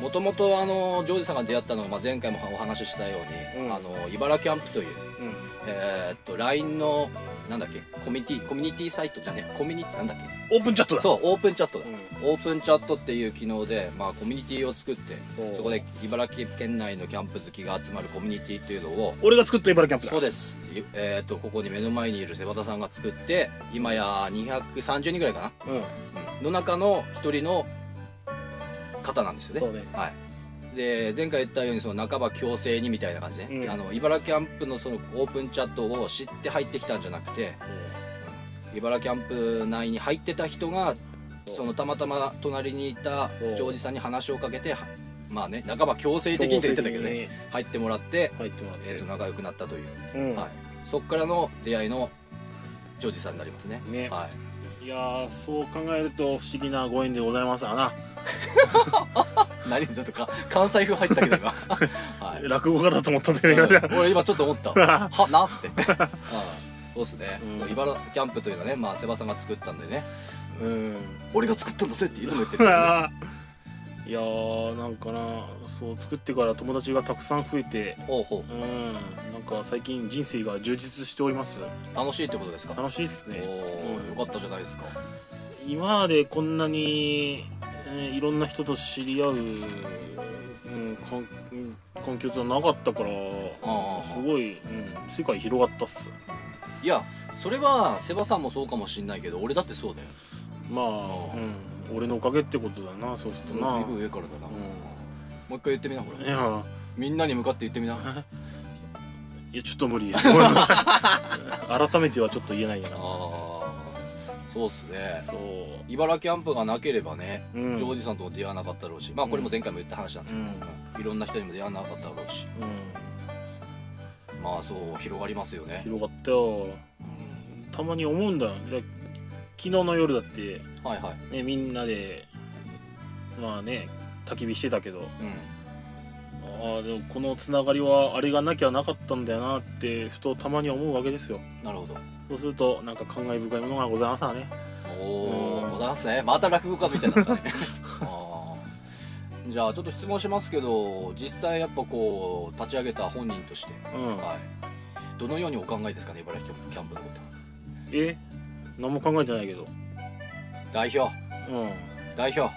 [SPEAKER 1] う
[SPEAKER 2] もともとあのジョージさんが出会ったのが、まあ、前回もお話ししたように、
[SPEAKER 1] うん
[SPEAKER 2] あの茨キャンプという、
[SPEAKER 1] んうん
[SPEAKER 2] えーっと LINE のなんだっけコミュニティコミュニティサイトじゃねえコミュニティなんだっけ
[SPEAKER 1] オープンチャットだ
[SPEAKER 2] そうオープンチャットだ、
[SPEAKER 1] うん
[SPEAKER 2] オープンチャットっていう機能で、まあ、コミュニティを作って
[SPEAKER 1] そう
[SPEAKER 2] そこで茨城県内のキャンプ好きが集まるコミュニティっていうのを
[SPEAKER 1] 俺が作った茨城キャンプ
[SPEAKER 2] そう
[SPEAKER 1] だ
[SPEAKER 2] です、えーっとここに目の前にいる瀬端さんが作って今や230人ぐらいかな、うんの中の一人の方なんですよ
[SPEAKER 1] うん
[SPEAKER 2] ね
[SPEAKER 1] そうね
[SPEAKER 2] はい、で前回言ったようにその半ば強制にみたいな感じで、
[SPEAKER 1] うん
[SPEAKER 2] あの茨キャンプのそのオープンチャットを知って入ってきたんじゃなくて茨キャンプ内に入ってた人が
[SPEAKER 1] そう
[SPEAKER 2] そのたまたま隣にいた
[SPEAKER 1] そう
[SPEAKER 2] ジョージさんに話をかけてはまあね半ば強制的にと言ってたけどね入ってもらって、
[SPEAKER 1] 入ってもらって、
[SPEAKER 2] えー、と仲良くなったという、
[SPEAKER 1] うん
[SPEAKER 2] はい、そっからの出会いのジョージさんになりますね
[SPEAKER 1] ね、
[SPEAKER 2] はい
[SPEAKER 1] やーそう考えると不思議なご縁でございますわな、
[SPEAKER 2] い、何ちょっとか関西風入ったけど
[SPEAKER 1] [laughs]
[SPEAKER 2] 今、はい、
[SPEAKER 1] 落語家だと思ったんだよね、
[SPEAKER 2] うん俺今ちょっと思ったはな
[SPEAKER 1] [laughs]
[SPEAKER 2] ってああそうですね
[SPEAKER 1] うん
[SPEAKER 2] 茨城キャンプというのはねまあセバさんが作ったんでね
[SPEAKER 1] うん
[SPEAKER 2] 俺が作ったんだぜっていつも言って
[SPEAKER 1] [laughs] う
[SPEAKER 2] る、ね、
[SPEAKER 1] わーいやーなんかなそう作ってから友達がたくさん増えて
[SPEAKER 2] ほうほ
[SPEAKER 1] うんなんか最近人生が充実しております
[SPEAKER 2] う楽しいってことですか
[SPEAKER 1] 楽しいっす
[SPEAKER 2] お
[SPEAKER 1] ね
[SPEAKER 2] お
[SPEAKER 1] うん
[SPEAKER 2] ーよかったじゃないですか
[SPEAKER 1] 今までこんなに、えーいろんな人と知り合う、うん、環環境じゃなかったから
[SPEAKER 2] あー
[SPEAKER 1] すごい、うん、世界広がったっす
[SPEAKER 2] いやそれはセバさんもそうかもしんないけど俺だってそうだよ
[SPEAKER 1] まあ、
[SPEAKER 2] あー
[SPEAKER 1] うん、俺のおかげってことだなそうするとな
[SPEAKER 2] 随分上からだな、
[SPEAKER 1] うん
[SPEAKER 2] もう一回言ってみなほ
[SPEAKER 1] い
[SPEAKER 2] ら
[SPEAKER 1] や [laughs]
[SPEAKER 2] みんなに向かって言ってみなあ
[SPEAKER 1] いやちょっと無理です [laughs] 改めてはちょっと言えないよな
[SPEAKER 2] あそうっすね
[SPEAKER 1] そう
[SPEAKER 2] 茨城アンプがなければね
[SPEAKER 1] うん
[SPEAKER 2] ジョージさんとも出会わなかったろうし、まあこれも前回も言った話なんですけど、いろんな人にも出会わなかったろうし、
[SPEAKER 1] うん
[SPEAKER 2] まあそう広がりますよね。
[SPEAKER 1] 広がったよたまに思うんだいや昨日の夜だって、
[SPEAKER 2] はいはい。
[SPEAKER 1] ね、みんなでまあね焚き火してたけど
[SPEAKER 2] うん。
[SPEAKER 1] ああでもこのつながりはあれがなきゃなかったんだよなってふとたまに思うわけですよ
[SPEAKER 2] なるほど。
[SPEAKER 1] そうするとなんか感慨深いものがございますわね
[SPEAKER 2] お
[SPEAKER 1] う
[SPEAKER 2] お、
[SPEAKER 1] ん
[SPEAKER 2] ございますね。また落語家みたいになったね。 [laughs] あーじゃあちょっと質問しますけど、実際やっぱこう立ち上げた本人として、
[SPEAKER 1] うん
[SPEAKER 2] はい。どのようにお考えですかね、茨城キャンプのこと。
[SPEAKER 1] え何も考えてないけど
[SPEAKER 2] 代表、
[SPEAKER 1] う
[SPEAKER 2] 代表。
[SPEAKER 1] ん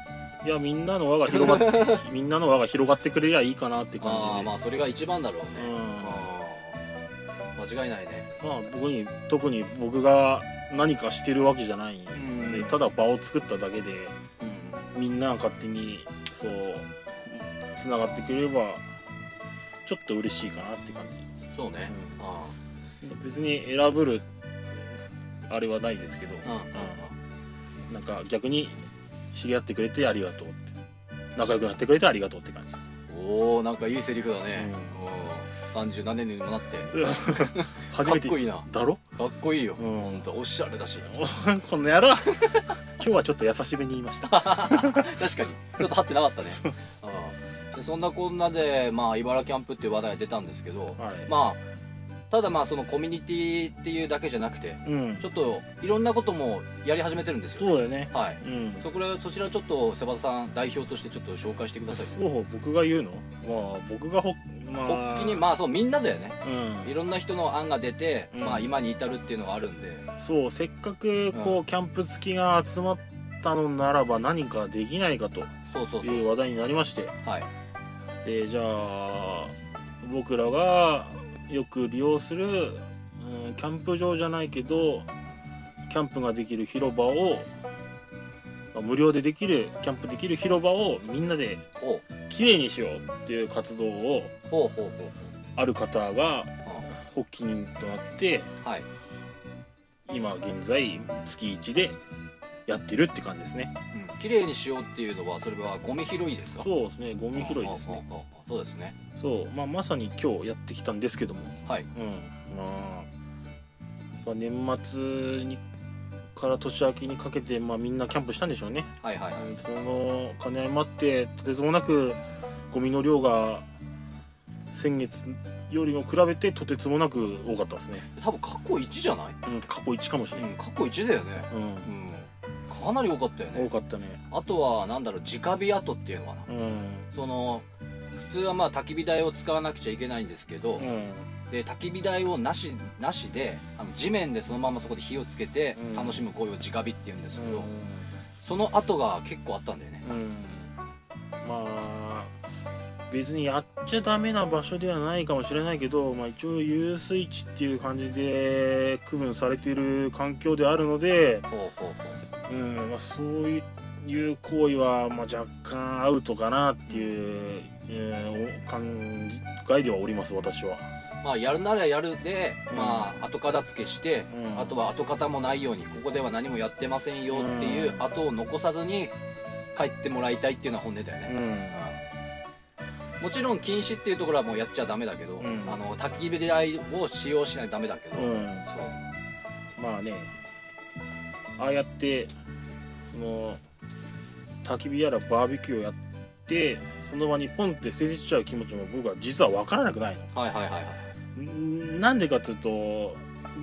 [SPEAKER 1] いやみんなの輪が広がっ [laughs] みんなの輪が広がってくれりゃいいかなって感
[SPEAKER 2] あ
[SPEAKER 1] じ
[SPEAKER 2] あ、
[SPEAKER 1] で
[SPEAKER 2] まあそれが一番だろうね。
[SPEAKER 1] うん
[SPEAKER 2] あー間違いないね。
[SPEAKER 1] まあ僕に特に僕が何かしてるわけじゃないんで、
[SPEAKER 2] うん
[SPEAKER 1] ただ場を作っただけで
[SPEAKER 2] うん
[SPEAKER 1] みんなが勝手にそうつながってくれればちょっと嬉しいかなって感じ
[SPEAKER 2] そうね。
[SPEAKER 1] う
[SPEAKER 2] あ
[SPEAKER 1] 別に選ぶるあれはないですけど、
[SPEAKER 2] あ、うんうん
[SPEAKER 1] なんか逆に知り合ってくれてありがとうって仲良くなってくれてありがとうっ
[SPEAKER 2] [laughs]
[SPEAKER 1] て感
[SPEAKER 2] う
[SPEAKER 1] じ
[SPEAKER 2] ん。おお、なんかいいセリフだね。三十何年にもなって。
[SPEAKER 1] 初
[SPEAKER 2] かっ
[SPEAKER 1] めて
[SPEAKER 2] こいいな。
[SPEAKER 1] だろ
[SPEAKER 2] かっこいいよ。
[SPEAKER 1] うん
[SPEAKER 2] ほんとおしゃれだし。
[SPEAKER 1] この野郎今日はちょっと優しめに言いました
[SPEAKER 2] [laughs] 確かに。ちょっと張ってなかったね。うんでそんなこんなで、まあ、茨城キャンプっていう話題が出たんですけど、
[SPEAKER 1] はい
[SPEAKER 2] まあ、ただまあ、そのコミュニティっていうだけじゃなくて、
[SPEAKER 1] うん
[SPEAKER 2] ちょっといろんなこともやり始めてるんですよ。
[SPEAKER 1] そうだよね
[SPEAKER 2] はい。
[SPEAKER 1] うん
[SPEAKER 2] そこら、そちらちょっと、セバ田さん代表としてちょっと紹介してください。
[SPEAKER 1] そう僕が言うのまあ僕がほまあ
[SPEAKER 2] 発起に、まあそう、みんなだよね。
[SPEAKER 1] う
[SPEAKER 2] い
[SPEAKER 1] ん
[SPEAKER 2] ろんな人の案が出て、
[SPEAKER 1] うん
[SPEAKER 2] まあ今に至るっていうのがあるんで、
[SPEAKER 1] そうせっかくこうキャンプ好きが集まったのならば何かできないかと
[SPEAKER 2] そうそうそう
[SPEAKER 1] いう話題になりまして
[SPEAKER 2] はい
[SPEAKER 1] でじゃあ僕らがよく利用する、うんキャンプ場じゃないけどキャンプができる広場をまあ無料でできるキャンプできる広場をみんなで
[SPEAKER 2] ほう
[SPEAKER 1] きれいにしようっていう活動を
[SPEAKER 2] ほうほうほう
[SPEAKER 1] ある方が
[SPEAKER 2] ほ
[SPEAKER 1] 発起人となって
[SPEAKER 2] うはい
[SPEAKER 1] 今現在月1でやってるって感じですね
[SPEAKER 2] うん綺麗にしようっていうのはそれはゴミ拾いですかう
[SPEAKER 1] そうですねゴミ拾いですね
[SPEAKER 2] そうそうそうですね
[SPEAKER 1] そう、まあ、まさに今日やってきたんですけども
[SPEAKER 2] はい
[SPEAKER 1] うん、まあまあ年末にから年明けにかけて、まあ、みんなキャンプしたんでしょうね、
[SPEAKER 2] はいはい
[SPEAKER 1] うんその兼ね合いもあってとてつもなくゴミの量が先月よりも比べてとてつもなく多かったですね、
[SPEAKER 2] 多分過去1じゃない
[SPEAKER 1] うん、過去一かもしれ
[SPEAKER 2] う
[SPEAKER 1] ない、
[SPEAKER 2] ん過去1だよね
[SPEAKER 1] うん
[SPEAKER 2] うんかなり多かったよね
[SPEAKER 1] 多かったね
[SPEAKER 2] あとはなんだろう直火跡っていうのかな
[SPEAKER 1] うん
[SPEAKER 2] その普通はまあ焚き火台を使わなくちゃいけないんですけど、
[SPEAKER 1] うん
[SPEAKER 2] で焚き火台をなしなしであの地面でそのままそこで火をつけて
[SPEAKER 1] うん
[SPEAKER 2] 楽しむ行為を直火っていうんですけど、その後が結構あったんだよね
[SPEAKER 1] うんまあ別にやっちゃダメな場所ではないかもしれないけど、まあ、一応遊水地っていう感じで区分されている環境であるので、
[SPEAKER 2] ほうほうほう
[SPEAKER 1] うんまあ、そういう行為は、まあ、若干アウトかなっていう、えー、感じ外ではおります私は、
[SPEAKER 2] まあやるならやるで、
[SPEAKER 1] うん
[SPEAKER 2] まあ後片付けして、
[SPEAKER 1] うん
[SPEAKER 2] あとは跡形もないようにここでは何もやってませんよっていう
[SPEAKER 1] うん
[SPEAKER 2] 跡を残さずに帰ってもらいたいっていうのは本音だよ
[SPEAKER 1] う
[SPEAKER 2] ね、
[SPEAKER 1] ん
[SPEAKER 2] うんもちろん禁止っていうところはもうやっちゃダメだけど、
[SPEAKER 1] うん
[SPEAKER 2] あの焚き火台を使用しないとダメだけど、
[SPEAKER 1] う、
[SPEAKER 2] そうん
[SPEAKER 1] まあねああやってその焚き火やらバーベキューをやってその場にポンって捨ててっちゃう気持ちも僕は実は分からなくない
[SPEAKER 2] はいはいはいはい
[SPEAKER 1] のんなんでかっていうと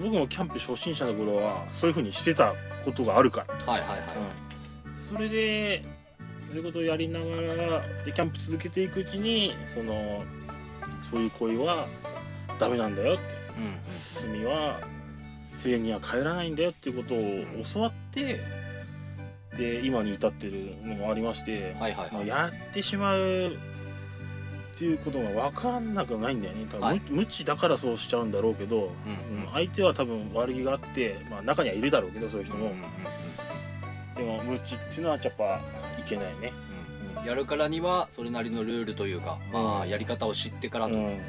[SPEAKER 1] 僕もキャンプ初心者の頃はそういう風にしてたことがあるから、
[SPEAKER 2] はいはいはい、
[SPEAKER 1] それでそういうことをやりながらでキャンプ続けていくうちにそのそういう行為はダメなんだよって
[SPEAKER 2] うんうん
[SPEAKER 1] 罪は冬には帰らないんだよっていうことを教わってで今に至ってるのもありまして、
[SPEAKER 2] はいはい
[SPEAKER 1] ま
[SPEAKER 2] は
[SPEAKER 1] あ
[SPEAKER 2] い
[SPEAKER 1] やってしまうっていうことが分かんなくないんだよね多分、
[SPEAKER 2] はい
[SPEAKER 1] 無無知だからそうしちゃうんだろうけど、
[SPEAKER 2] うんうん
[SPEAKER 1] うん相手は多分悪気があって、まあ、中にはいるだろうけどそういう人も、
[SPEAKER 2] うんうんうん
[SPEAKER 1] でも無知っていうのはやっぱいけないね
[SPEAKER 2] うんやるからにはそれなりのルールというか、まあ、やり方を知ってから
[SPEAKER 1] う
[SPEAKER 2] と、うん
[SPEAKER 1] ん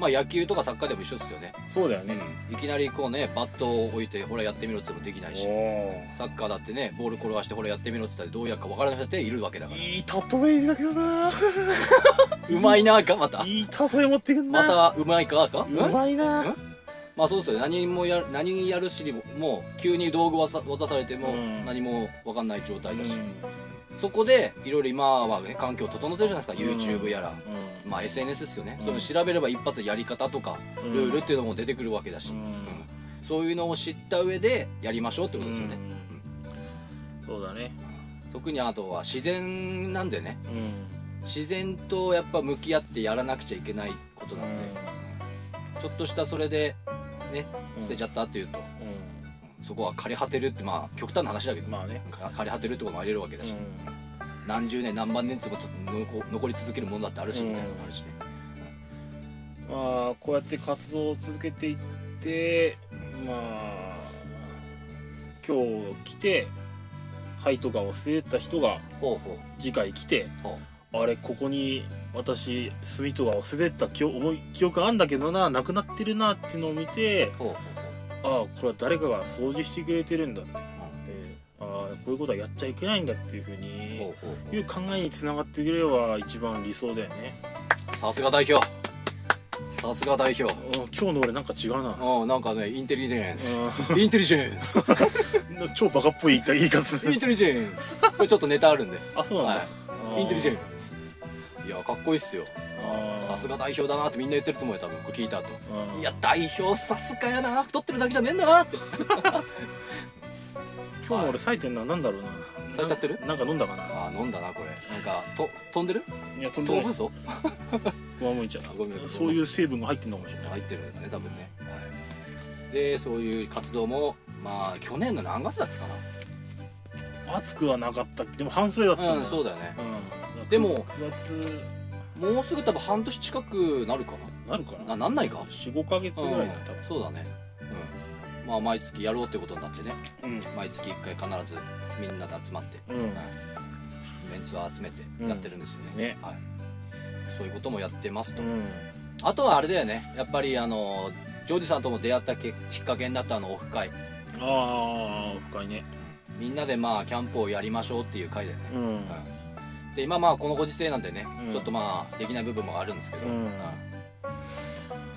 [SPEAKER 2] まあ野球とかサッカーでも一緒ですよね、
[SPEAKER 1] そうだよね
[SPEAKER 2] うんいきなりこうねバットを置いてほらやってみろって言ってもできないし
[SPEAKER 1] お
[SPEAKER 2] サッカーだってねボール転がしてほらやってみろって言ったらどうやるか分からない人だっているわけだか
[SPEAKER 1] ー
[SPEAKER 2] ら
[SPEAKER 1] いい例えだけどな
[SPEAKER 2] うまいなかまた
[SPEAKER 1] いい例え持ってくんな
[SPEAKER 2] またうまいかか、
[SPEAKER 1] う
[SPEAKER 2] うん
[SPEAKER 1] まいな
[SPEAKER 2] うんまあそうですよね何もやる何やるしにももう急に道具わさ渡されても
[SPEAKER 1] うん
[SPEAKER 2] 何も分かんない状態だし、
[SPEAKER 1] うん
[SPEAKER 2] そこでいろいろ今は、ね、環境を整ってるじゃないですか、
[SPEAKER 1] うん
[SPEAKER 2] YouTube やら、
[SPEAKER 1] う
[SPEAKER 2] まあ、SNS ですよね、
[SPEAKER 1] うん
[SPEAKER 2] それ調べれば一発でやり方とか、
[SPEAKER 1] ん
[SPEAKER 2] ルールっていうのも出てくるわけだし、
[SPEAKER 1] う
[SPEAKER 2] うん
[SPEAKER 1] ん
[SPEAKER 2] そういうのを知った上でやりましょうってことですよね、
[SPEAKER 1] うんそうだね
[SPEAKER 2] 特にあとは自然なんでね
[SPEAKER 1] うん
[SPEAKER 2] 自然とやっぱ向き合ってやらなくちゃいけないことなんで、ちょっとしたそれで捨てちゃ
[SPEAKER 1] っ
[SPEAKER 2] ったっていうと、
[SPEAKER 1] た
[SPEAKER 2] そこは枯れ果てるってまあ極端な話だけど、
[SPEAKER 1] まあね
[SPEAKER 2] か枯れ果てるってこともありえるわけだし、何十年何万年つもちょっと残残り続けるものだってあるし、
[SPEAKER 1] うん
[SPEAKER 2] みたいなのもあるしね
[SPEAKER 1] まあこうやって活動を続けていってまあ今日来て灰とかを捨てた人が
[SPEAKER 2] ほうほ
[SPEAKER 1] 次回来て
[SPEAKER 2] うほ
[SPEAKER 1] あれここに私炭とかを捨てた記憶思い記憶あんだけどななくなってるなっていうのを見て
[SPEAKER 2] うほうほうほ
[SPEAKER 1] ああこれは誰かが掃除してくれてるんだって、
[SPEAKER 2] う
[SPEAKER 1] ああこういうことはやっちゃいけないんだっていうふう
[SPEAKER 2] うんほ
[SPEAKER 1] に
[SPEAKER 2] うほうほう
[SPEAKER 1] いう考えにつながってくれれば一番理想だよね
[SPEAKER 2] さすが代表さすが代表
[SPEAKER 1] うん今日の俺なんか違うな
[SPEAKER 2] うんなんかねインテリジェンス
[SPEAKER 1] う
[SPEAKER 2] インテリジェン
[SPEAKER 1] [laughs]
[SPEAKER 2] ス
[SPEAKER 1] ん超バカっぽい言い方す
[SPEAKER 2] イン
[SPEAKER 1] る
[SPEAKER 2] テリジェンスこれちょっとネタあるんで、
[SPEAKER 1] あそうなんだ
[SPEAKER 2] は、い、インテリジェンスいやかっこいいっすよ
[SPEAKER 1] あー
[SPEAKER 2] さすが代表だなってみんな言ってると思うよ多分これ聞いた後
[SPEAKER 1] うん
[SPEAKER 2] いや代表さすがやな太ってるだけじゃねえんだなって
[SPEAKER 1] 今日の俺冴えてんのはなんだろうな
[SPEAKER 2] 冴えちゃってる
[SPEAKER 1] ななんか飲んだかな
[SPEAKER 2] あー飲んだなこれなんかと飛んでる
[SPEAKER 1] いやとんで
[SPEAKER 2] 飛
[SPEAKER 1] な
[SPEAKER 2] ぶ
[SPEAKER 1] い
[SPEAKER 2] ぞ
[SPEAKER 1] 上向いちゃっ
[SPEAKER 2] あごめんごめ
[SPEAKER 1] た
[SPEAKER 2] ん
[SPEAKER 1] そういう成分が入ってんのかもしれない
[SPEAKER 2] 入ってるんだね多分ね、はい、でそういう活動もまあ去年の何月だっけか
[SPEAKER 1] 暑くはなかったでも半袖だった
[SPEAKER 2] なうん
[SPEAKER 1] な
[SPEAKER 2] そうだよね
[SPEAKER 1] うん
[SPEAKER 2] でも
[SPEAKER 1] 9月
[SPEAKER 2] もうすぐ多分半年近くなるか
[SPEAKER 1] なるか
[SPEAKER 2] な
[SPEAKER 1] な
[SPEAKER 2] ななんないか
[SPEAKER 1] 45か月ぐらいだ多分
[SPEAKER 2] そうだねうんまあ毎月やろうってことになってね
[SPEAKER 1] うん
[SPEAKER 2] 毎月1回必ずみんなで集まって
[SPEAKER 1] うん
[SPEAKER 2] メンツを集めてやってるんですよね,、
[SPEAKER 1] うんね
[SPEAKER 2] はい、そういうこともやってますと、
[SPEAKER 1] うん
[SPEAKER 2] あとはあれだよねやっぱりあのジョージさんとも出会ったけきっかけになったあのオフ会
[SPEAKER 1] ああ深いね
[SPEAKER 2] みんなでまあキャンプをやりましょうっていう会だよね、
[SPEAKER 1] うん
[SPEAKER 2] うんで今まあこのご時世なんでね、
[SPEAKER 1] うん
[SPEAKER 2] ちょっとまあできない部分もあるんですけど、
[SPEAKER 1] うん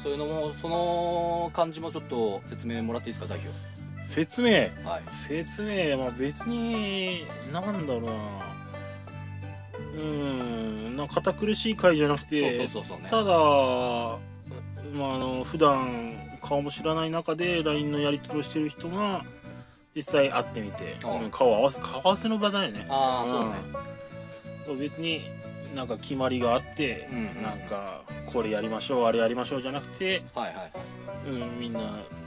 [SPEAKER 2] そういうのもその感じもちょっと説明もらっていいですか代表
[SPEAKER 1] 説明
[SPEAKER 2] はい
[SPEAKER 1] 説明まあ別になんだろうなうんなんか堅苦しい回じゃなくて
[SPEAKER 2] そうそうそうそうね
[SPEAKER 1] ただ、まあ、あの普段顔も知らない中で LINE のやり取りをしてる人が実際会ってみて、
[SPEAKER 2] ああ
[SPEAKER 1] うん顔を合わせ顔合わせの場だよね
[SPEAKER 2] ああそうね、
[SPEAKER 1] うん別になんか決まりがあって
[SPEAKER 2] う、んうん
[SPEAKER 1] なんかこれやりましょうあれやりましょうじゃなくて、
[SPEAKER 2] はいはいはい
[SPEAKER 1] うん、みんな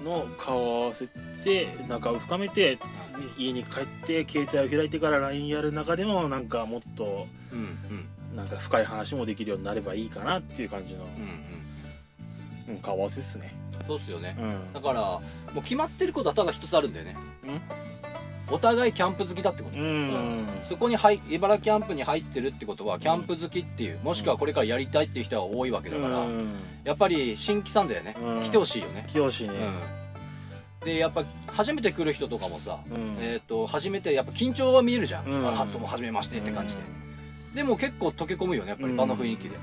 [SPEAKER 1] の顔を合わせて仲を深めて家に帰って携帯を開いてから LINE やる中でもなんかもっと
[SPEAKER 2] うんうん
[SPEAKER 1] なんか深い話もできるようになればいいかなっていう感じの、
[SPEAKER 2] うんうん
[SPEAKER 1] うん、顔合わせですね
[SPEAKER 2] そうっすよね
[SPEAKER 1] う、ん
[SPEAKER 2] だからもう決まってることはただ一つあるんだよねお互いキャンプ好きだってこと、
[SPEAKER 1] うん
[SPEAKER 2] そこに入茨城キャンプに入ってるってことはキャンプ好きっていうもしくはこれからやりたいっていう人が多いわけだから、
[SPEAKER 1] うん
[SPEAKER 2] やっぱり新規さんだよね、
[SPEAKER 1] うん
[SPEAKER 2] 来てほしいよね、
[SPEAKER 1] 清
[SPEAKER 2] う
[SPEAKER 1] ね
[SPEAKER 2] ん、でやっぱ初めて来る人とかもさ、
[SPEAKER 1] うん
[SPEAKER 2] えー、と初めてやっぱ緊張は見えるじゃん、
[SPEAKER 1] うん
[SPEAKER 2] あハットも初めましてって感じで、でも結構溶け込むよねやっぱり場の雰囲気で、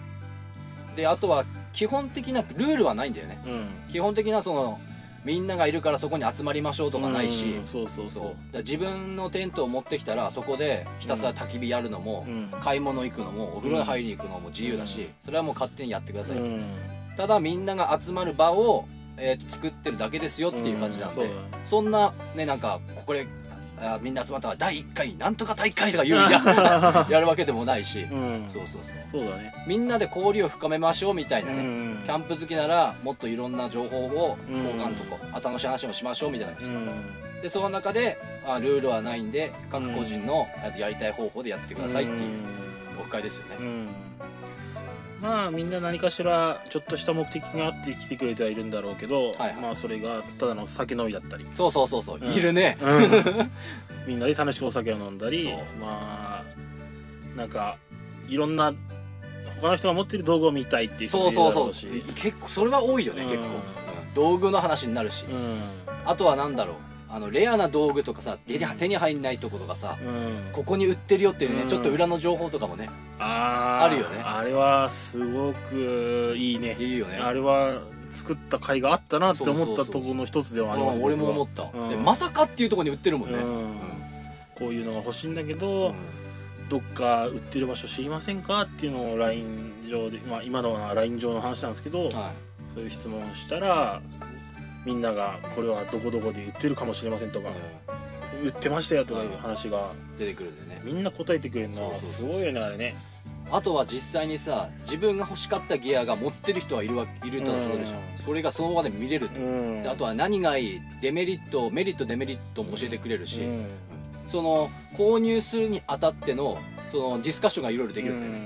[SPEAKER 2] であとは基本的なルールはないんだよね
[SPEAKER 1] うんうん
[SPEAKER 2] 基本的なそのみんながいるからそこに集まりましょうとかないし、
[SPEAKER 1] うんそうそう
[SPEAKER 2] そうだ
[SPEAKER 1] そ
[SPEAKER 2] から自分のテントを持ってきたらそこでひたすら焚き火やるのも
[SPEAKER 1] う、うん
[SPEAKER 2] 買い物行くのもお風呂に入りに行くのも自由だし、
[SPEAKER 1] うん
[SPEAKER 2] それはもう勝手にやってください、
[SPEAKER 1] うん
[SPEAKER 2] ただみんなが集まる場を、えーと作ってるだけですよっていう感じなんで、
[SPEAKER 1] うんそうだね
[SPEAKER 2] そんなねなんかここであーみんな集まったら第1回なんとか大会とか言う
[SPEAKER 1] [laughs]
[SPEAKER 2] ややるわけでもないし、 [laughs]
[SPEAKER 1] うん
[SPEAKER 2] そうそうそう
[SPEAKER 1] そうだね
[SPEAKER 2] みんなで交流を深めましょうみたいなね、
[SPEAKER 1] ん
[SPEAKER 2] キャンプ好きならもっといろんな情報を
[SPEAKER 1] うん
[SPEAKER 2] 交換とか、あ楽しい話もしましょうみたいな感
[SPEAKER 1] う
[SPEAKER 2] じ
[SPEAKER 1] ん
[SPEAKER 2] でその中であルールはないんで各個人の、あやりたい方法でやってくださいっていううんオフ会ですよね、
[SPEAKER 1] うんまあみんな何かしらちょっとした目的があって来てくれてはいるんだろうけ
[SPEAKER 2] は
[SPEAKER 1] ど、
[SPEAKER 2] いはい
[SPEAKER 1] まあそれがただの酒飲みだった [laughs] り、
[SPEAKER 2] そうそうそうそう、
[SPEAKER 1] うん
[SPEAKER 2] いるね
[SPEAKER 1] みんなで楽しくお酒を飲んだり
[SPEAKER 2] そう
[SPEAKER 1] まあなんかいろんな他の人が持ってる道具を見たいっていう人
[SPEAKER 2] そ
[SPEAKER 1] も
[SPEAKER 2] う
[SPEAKER 1] いるだ
[SPEAKER 2] そうそ
[SPEAKER 1] ろ
[SPEAKER 2] う
[SPEAKER 1] し
[SPEAKER 2] う結構それは多いよね
[SPEAKER 1] うん
[SPEAKER 2] 結構、うん道具の話になるし、
[SPEAKER 1] うん
[SPEAKER 2] あとはなんだろうあのレアな道具とかさ手に手に入んないとことかさ
[SPEAKER 1] うん
[SPEAKER 2] ここに売ってるよっていうね、
[SPEAKER 1] うん
[SPEAKER 2] ちょっと裏の情報とかもね
[SPEAKER 1] あー
[SPEAKER 2] あるよね
[SPEAKER 1] あれはすごくいいね
[SPEAKER 2] いいよね
[SPEAKER 1] あれは作った甲斐があったなって思っ
[SPEAKER 2] そうそう
[SPEAKER 1] た
[SPEAKER 2] そうそ
[SPEAKER 1] と
[SPEAKER 2] う
[SPEAKER 1] ころの一つではあります
[SPEAKER 2] うん俺も思った、
[SPEAKER 1] うん
[SPEAKER 2] でまさかっていうところに売ってるもん
[SPEAKER 1] 僕
[SPEAKER 2] ね、
[SPEAKER 1] は
[SPEAKER 2] うん
[SPEAKER 1] うんこういうのが欲しいんだけど、どっか売ってる場所知りませんかっていうのを LINE 上で、まあ、今のは LINE 上の話なんですけ
[SPEAKER 2] は
[SPEAKER 1] ど、
[SPEAKER 2] い
[SPEAKER 1] そういう質問をしたらみんなが「これはどこどこで売ってるかもしれません」とか「売ってましたよ」とかいう話が
[SPEAKER 2] うん出てくるんだよね
[SPEAKER 1] みんな答えてくれるの
[SPEAKER 2] そ
[SPEAKER 1] は
[SPEAKER 2] うそう
[SPEAKER 1] す
[SPEAKER 2] そう
[SPEAKER 1] ごいよねあれね
[SPEAKER 2] あとは実際にさ自分が欲しかったギアが持ってる人はいるわいるとするでしょ、
[SPEAKER 1] う
[SPEAKER 2] それがその場で見れると、
[SPEAKER 1] うん
[SPEAKER 2] であとは何がいいデメリットメリットデメリットも教えてくれるし、
[SPEAKER 1] うん
[SPEAKER 2] その購入するにあたってのそのディスカッションがいろいろできるんだよね、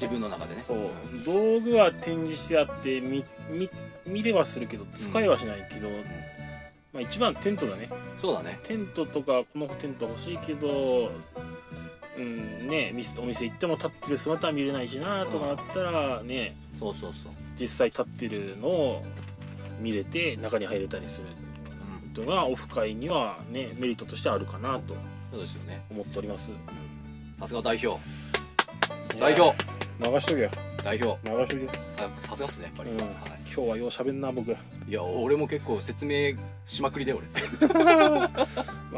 [SPEAKER 2] 自分の中でね
[SPEAKER 1] そう道具は展示してあって見見見れはするけど使いはしないけど、まあ、一番テントだね
[SPEAKER 2] そうだね
[SPEAKER 1] テントとかこのテント欲しいけどうんねみお店行っても立ってる姿は見れないしなとかなったらね
[SPEAKER 2] そうそうそう、
[SPEAKER 1] 実際立ってるのを見れて中に入れたりする
[SPEAKER 2] うん
[SPEAKER 1] ことがオフ会にはねメリットとしてあるかなと
[SPEAKER 2] そうですよね
[SPEAKER 1] 思っております
[SPEAKER 2] さすが代表代表
[SPEAKER 1] 流しとけよ
[SPEAKER 2] 代表
[SPEAKER 1] 流しとけよ
[SPEAKER 2] ささすがっすねやっぱり、
[SPEAKER 1] うん
[SPEAKER 2] は
[SPEAKER 1] 今日はようしゃべんな僕
[SPEAKER 2] い、いや俺も結構説明しまくりだよ俺 [laughs]
[SPEAKER 1] まあ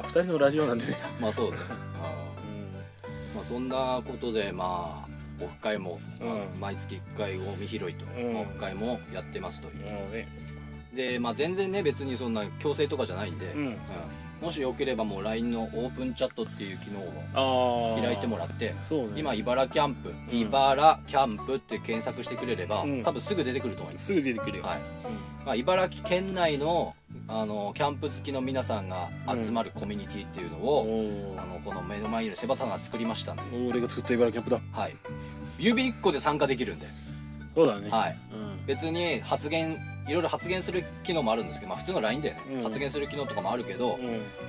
[SPEAKER 1] 2人のラジオなんでね、
[SPEAKER 2] まあそう
[SPEAKER 1] [laughs]
[SPEAKER 2] だねあーまあ、そんなことでまあオフ会も、
[SPEAKER 1] うん
[SPEAKER 2] まあ毎月1回ゴミ拾いと、
[SPEAKER 1] うん
[SPEAKER 2] オフ会もやってますという
[SPEAKER 1] うん、なので
[SPEAKER 2] で、まあ、全然ね別にそんな強制とかじゃないんで、
[SPEAKER 1] う
[SPEAKER 2] うん
[SPEAKER 1] ん
[SPEAKER 2] もしよければもう LINE のオープンチャットっていう機能を
[SPEAKER 1] ああ
[SPEAKER 2] 開いてもらって
[SPEAKER 1] そうね
[SPEAKER 2] 今茨キャンプ、
[SPEAKER 1] ん
[SPEAKER 2] 茨キャンプって検索してくれれば、
[SPEAKER 1] うん
[SPEAKER 2] 多分すぐ出てくると思います
[SPEAKER 1] すぐ出てくるよ、
[SPEAKER 2] はいまあ、茨城県内のあのキャンプ好きの皆さんが集まるコミュニティっていうの
[SPEAKER 1] お
[SPEAKER 2] を、
[SPEAKER 1] お
[SPEAKER 2] あのこの目の前にいるセバタンが作りましたんで、
[SPEAKER 1] 俺が作った茨城キャンプだ
[SPEAKER 2] はい、指1個で参加できるんで、
[SPEAKER 1] そうだね
[SPEAKER 2] はい、
[SPEAKER 1] うん
[SPEAKER 2] 別に発言いろいろ発言する機能もあるんですけど、まあ、普通の LINE で、ね
[SPEAKER 1] うん
[SPEAKER 2] 発言する機能とかもあるけど、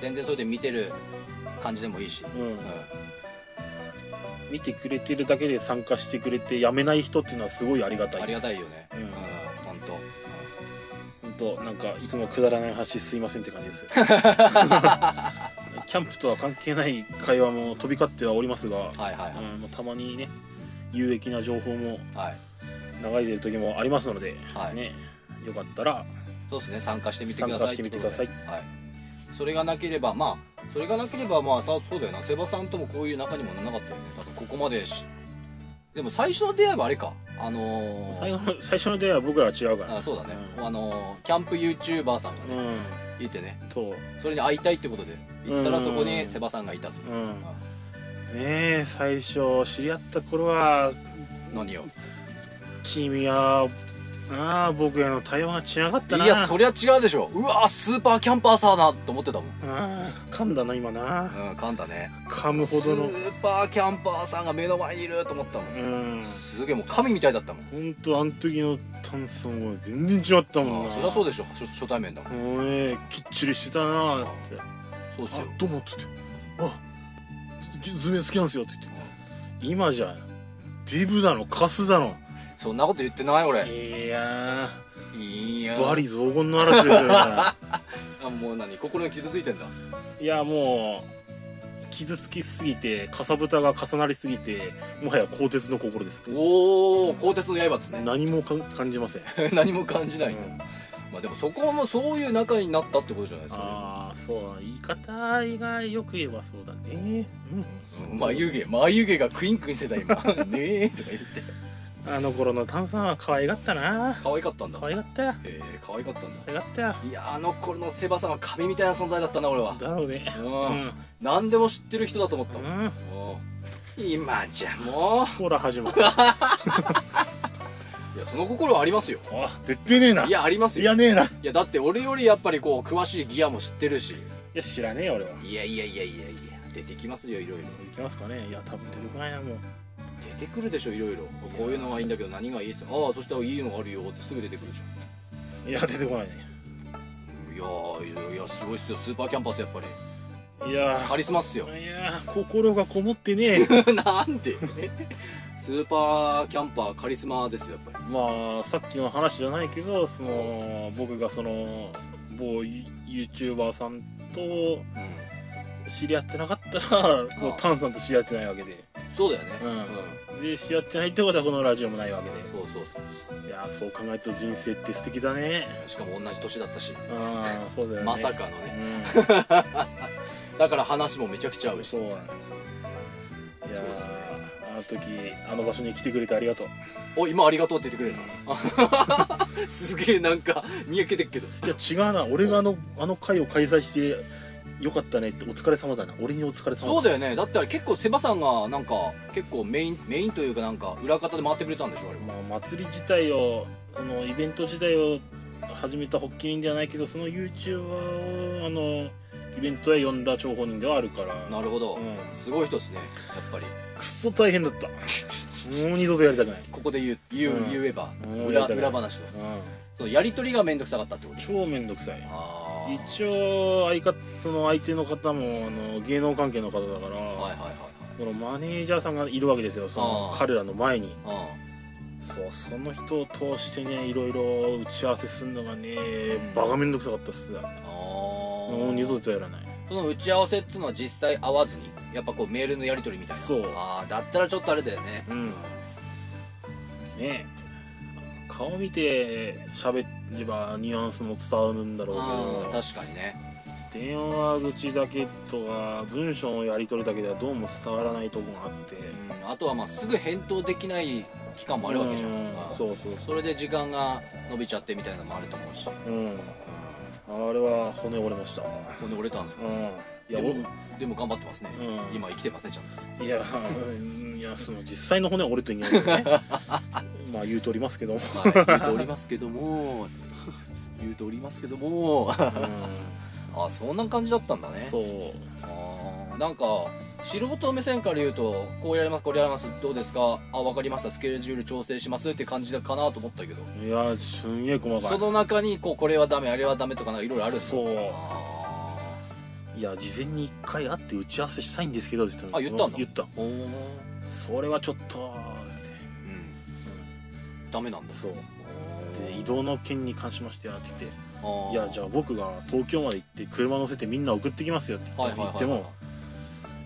[SPEAKER 2] 全然それで見てる感じでもいいし、
[SPEAKER 1] うんうん
[SPEAKER 2] うん
[SPEAKER 1] 見てくれてるだけで参加してくれてやめない人っていうのはすごいありがたい
[SPEAKER 2] ありがた
[SPEAKER 1] い
[SPEAKER 2] いよね、
[SPEAKER 1] う
[SPEAKER 2] う
[SPEAKER 1] ん
[SPEAKER 2] ん本当
[SPEAKER 1] 本当なんかいつもくだらない話すいませんって
[SPEAKER 2] [laughs]
[SPEAKER 1] 感じですキャンプとは関係ない会話も飛び交ってはおりますが、
[SPEAKER 2] はいはいは
[SPEAKER 1] う
[SPEAKER 2] い、
[SPEAKER 1] ん、たまにね有益な情報も
[SPEAKER 2] はい
[SPEAKER 1] 流れてる時もありますので、
[SPEAKER 2] はい
[SPEAKER 1] ねよかったら
[SPEAKER 2] そうですね参加してみてください
[SPEAKER 1] 参加してみてください
[SPEAKER 2] ってことではい、それがなければまあそれがなければまあさそうだよなセバさんともこういう仲にもならなかったよね多分ここまでしでも最初の出会いはあれかあのー
[SPEAKER 1] 最後の最初の出会いは僕らは違うから
[SPEAKER 2] あそうだね、
[SPEAKER 1] うん
[SPEAKER 2] あのーキャンプ YouTuber さん
[SPEAKER 1] う
[SPEAKER 2] がね、
[SPEAKER 1] ん
[SPEAKER 2] いてね
[SPEAKER 1] そう
[SPEAKER 2] それに会いたいってことで行ったら
[SPEAKER 1] うん
[SPEAKER 2] そこにセバさんがいたと、
[SPEAKER 1] うんねえ最初知り合った頃は
[SPEAKER 2] 何を
[SPEAKER 1] 君はああ僕への対応が違かったない
[SPEAKER 2] いやそりゃ違うでしょうわースーパーキャンパーさーなと思ってたもん
[SPEAKER 1] ああ噛んだな今な
[SPEAKER 2] うん噛んだね
[SPEAKER 1] 噛むほどの
[SPEAKER 2] スーパーキャンパーさんが目の前にいると思ったもん、
[SPEAKER 1] うん
[SPEAKER 2] すげえもう神みたいだったもん
[SPEAKER 1] ほんとあの時の炭素も全然違ったもん
[SPEAKER 2] あ
[SPEAKER 1] な
[SPEAKER 2] そりゃそう
[SPEAKER 1] で
[SPEAKER 2] でしょ初初対面だもん
[SPEAKER 1] もうねきっちりしてたなって
[SPEAKER 2] そうっすよ
[SPEAKER 1] あどうもっつってあズメ好きなんですよって言って今じゃデブだのカスだの
[SPEAKER 2] そんなこと言ってない俺
[SPEAKER 1] いや
[SPEAKER 2] いや
[SPEAKER 1] ーバリ雑言の嵐ですよね
[SPEAKER 2] あもう何心が傷ついてんだ
[SPEAKER 1] いやもう傷つきすぎてかさぶたが重なりすぎてもはや鋼鉄の心です
[SPEAKER 2] おお鋼鉄の刃ですね
[SPEAKER 1] 何もかん感じません、
[SPEAKER 2] [laughs] 何も感じない、
[SPEAKER 1] うん
[SPEAKER 2] まあ、でもそこもそういう仲になったってことじゃないですか、
[SPEAKER 1] ああそうだ言い方がよく言えばそうだね、
[SPEAKER 2] うん、眉毛眉毛がクインクインしてた [laughs] 今ねえとか言って
[SPEAKER 1] うん、あの頃の炭酸は可愛がったな
[SPEAKER 2] 可愛かったんだ
[SPEAKER 1] 可愛がったよ
[SPEAKER 2] えー、可愛かったん
[SPEAKER 1] 可愛がったよ
[SPEAKER 2] だいやあの頃のセバさんは神みたいな存在だったな俺は
[SPEAKER 1] だろうね
[SPEAKER 2] う、
[SPEAKER 1] うんん、
[SPEAKER 2] 何でも知ってる人だと思った
[SPEAKER 1] う
[SPEAKER 2] もん、
[SPEAKER 1] ん、
[SPEAKER 2] うん今じゃも
[SPEAKER 1] ほら始まる
[SPEAKER 2] ういやその心はありますよ
[SPEAKER 1] あ絶対ねえない
[SPEAKER 2] いやありますよ
[SPEAKER 1] いやねえない
[SPEAKER 2] いやだって俺よりやっぱりこう詳しいギアも知ってるし
[SPEAKER 1] や知らねえよ俺はい
[SPEAKER 2] やいやいやいやいや出てきますよいろいろ
[SPEAKER 1] いきますかねいや多分出てこないなもう
[SPEAKER 2] 出てくるでしょいろいろこういうのがいいんだけど何がいいってああそしたらいいのがあるよってすぐ出てくるじゃん
[SPEAKER 1] いや出てこないね
[SPEAKER 2] いやーいやすごいっすよスーパーキャンパスやっぱり
[SPEAKER 1] いや
[SPEAKER 2] カリスマっすよ
[SPEAKER 1] ーいやー心がこもってねえ
[SPEAKER 2] [laughs] なんでスーパーキャンパーカリスマですよやっぱ
[SPEAKER 1] まあさっきの話じゃないけどその僕がその某 YouTuber さんと
[SPEAKER 2] り、
[SPEAKER 1] 知り合ってなかったらこ
[SPEAKER 2] あ
[SPEAKER 1] うタンさんと知り合ってないわけで
[SPEAKER 2] うん、そうだよね
[SPEAKER 1] うんで知り合ってないってことはこのラジオもないわけで
[SPEAKER 2] そうそうそうそう
[SPEAKER 1] いやーそう考えると人生って素敵だね
[SPEAKER 2] しかも同じ年だったし、
[SPEAKER 1] ああそうだよね
[SPEAKER 2] まさかの
[SPEAKER 1] う
[SPEAKER 2] ね
[SPEAKER 1] ん
[SPEAKER 2] だから話もめちゃくちゃ合うし
[SPEAKER 1] そうなんですいやーあの時あの場所に来てくれてありがとう
[SPEAKER 2] お今ありがとうって言ってくれるな [laughs] すげえなんかにやけてっけど
[SPEAKER 1] いや違うな俺があのあの会を開催してよかったねってお疲れ様だな俺にお疲れ様
[SPEAKER 2] そう
[SPEAKER 1] だ
[SPEAKER 2] だよねだってあれ結構セバさんがなんか結構メインメインというかなんか裏方で回ってくれたんでしょあれも
[SPEAKER 1] まあ、祭り自体をそのイベント自体を始めた発起人ではないけどその YouTuber をあのイベントへ呼んだ張本人ではあるから
[SPEAKER 2] なるほど、
[SPEAKER 1] うん、
[SPEAKER 2] すごい人ですねやっぱり
[SPEAKER 1] くっそ大変だったもう二度とやりたくない、
[SPEAKER 2] ここで言う言う、
[SPEAKER 1] うん
[SPEAKER 2] 言えば
[SPEAKER 1] うん
[SPEAKER 2] 裏
[SPEAKER 1] やりたくない
[SPEAKER 2] 裏話と
[SPEAKER 1] うん、
[SPEAKER 2] そのやり取りが面倒くさかったってこと
[SPEAKER 1] 超めんどくさい
[SPEAKER 2] ああ
[SPEAKER 1] 一応相方その相手の方もあの芸能関係の方だから、
[SPEAKER 2] はいはいはい
[SPEAKER 1] このマネージャーさんがいるわけですよその
[SPEAKER 2] あー
[SPEAKER 1] 彼らの前に
[SPEAKER 2] はい
[SPEAKER 1] そうその人を通してねいろいろ打ち合わせするのがね、
[SPEAKER 2] ん
[SPEAKER 1] バカめんどくさかったっす
[SPEAKER 2] ああ
[SPEAKER 1] もう二度とやらない
[SPEAKER 2] その打ち合わせっつうのは実際会わずにやっぱこうメールのやり取りみたいな
[SPEAKER 1] そう
[SPEAKER 2] ああだったらちょっとあれだよね
[SPEAKER 1] うんね顔見て喋ればニュアンスも伝わるんだろ
[SPEAKER 2] あ
[SPEAKER 1] う
[SPEAKER 2] ー確かにね
[SPEAKER 1] けど電話口だけとか文章のやり取りだけではどうも伝わらないとこがあって
[SPEAKER 2] うんあとはまあすぐ返答できない期間もあるわけじゃん
[SPEAKER 1] う
[SPEAKER 2] まあ
[SPEAKER 1] そうそう
[SPEAKER 2] それで時間が伸びちゃってみたいなのもあると思うし
[SPEAKER 1] そううんあれは骨折れました
[SPEAKER 2] 骨折れたんです
[SPEAKER 1] う
[SPEAKER 2] か
[SPEAKER 1] んいや
[SPEAKER 2] で
[SPEAKER 1] 僕
[SPEAKER 2] もでも頑張ってますね
[SPEAKER 1] うん
[SPEAKER 2] 今生きてませんちゃんと
[SPEAKER 1] いや、うんいや、その実際の骨は折れていないの
[SPEAKER 2] [laughs]
[SPEAKER 1] でね。まあ言うとおりますけども。
[SPEAKER 2] まあ言うておりますけども言うておりますけど [laughs] もあーそんな感じだったんだね
[SPEAKER 1] そう。
[SPEAKER 2] あーなんか素人目線から言うとこうやりますこれやりますどうですかあ分かりましたスケジュール調整しますって感じかなと思ったけど
[SPEAKER 1] いや、すんげえ細かい。
[SPEAKER 2] その中にこうこれはダメあれはダメとかなんかいろいろあるんだ
[SPEAKER 1] そ
[SPEAKER 2] あ
[SPEAKER 1] う。いや、事前に一回会って打ち合わせしたいんですけど、って
[SPEAKER 2] あ言ったんだ
[SPEAKER 1] 言った。
[SPEAKER 2] ーおー
[SPEAKER 1] それはちょっと、って
[SPEAKER 2] うんダメなんだ
[SPEAKER 1] そう。
[SPEAKER 2] お
[SPEAKER 1] で、
[SPEAKER 2] ー
[SPEAKER 1] 移動の件に関しましてはって言って、
[SPEAKER 2] あー
[SPEAKER 1] いや、じゃあ僕が東京まで行って車乗せてみんな送ってきますよって
[SPEAKER 2] はいはいはい
[SPEAKER 1] 言
[SPEAKER 2] はい
[SPEAKER 1] っても、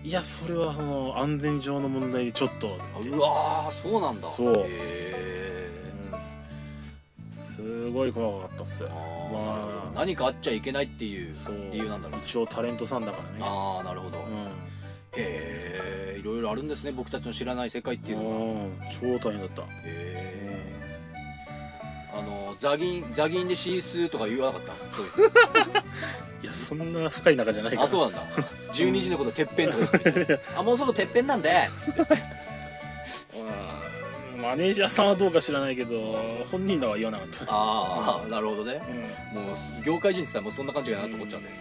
[SPEAKER 1] いや、それはその安全上の問題でちょっとって。
[SPEAKER 2] うわーそうなんだ
[SPEAKER 1] そう
[SPEAKER 2] へえ
[SPEAKER 1] うんすごい細かかったっすよ。まあ
[SPEAKER 2] 何かあっちゃいけないっていう
[SPEAKER 1] そう
[SPEAKER 2] 理由なんだろう
[SPEAKER 1] 一応タレントさんだからね
[SPEAKER 2] ああなるほど、へえいろいろあるんですね僕たちの知らない世界っていううのは
[SPEAKER 1] ん、うん、超大変だった
[SPEAKER 2] へーあのザギンザギンでシースーとか言わなかったそう
[SPEAKER 1] いやそんな深い仲じゃない [laughs]
[SPEAKER 2] です
[SPEAKER 1] から
[SPEAKER 2] あそうなんだ12時のことてっぺんとか言ってあもうそろてっぺんなん
[SPEAKER 1] [laughs]
[SPEAKER 2] でつって
[SPEAKER 1] うんマネージャーさんはどうか知らないけど本人らは言わなかった
[SPEAKER 2] ああなるほどね
[SPEAKER 1] うん
[SPEAKER 2] もう業界人って言ったらもうそんな感じかなと思っちゃうんでへ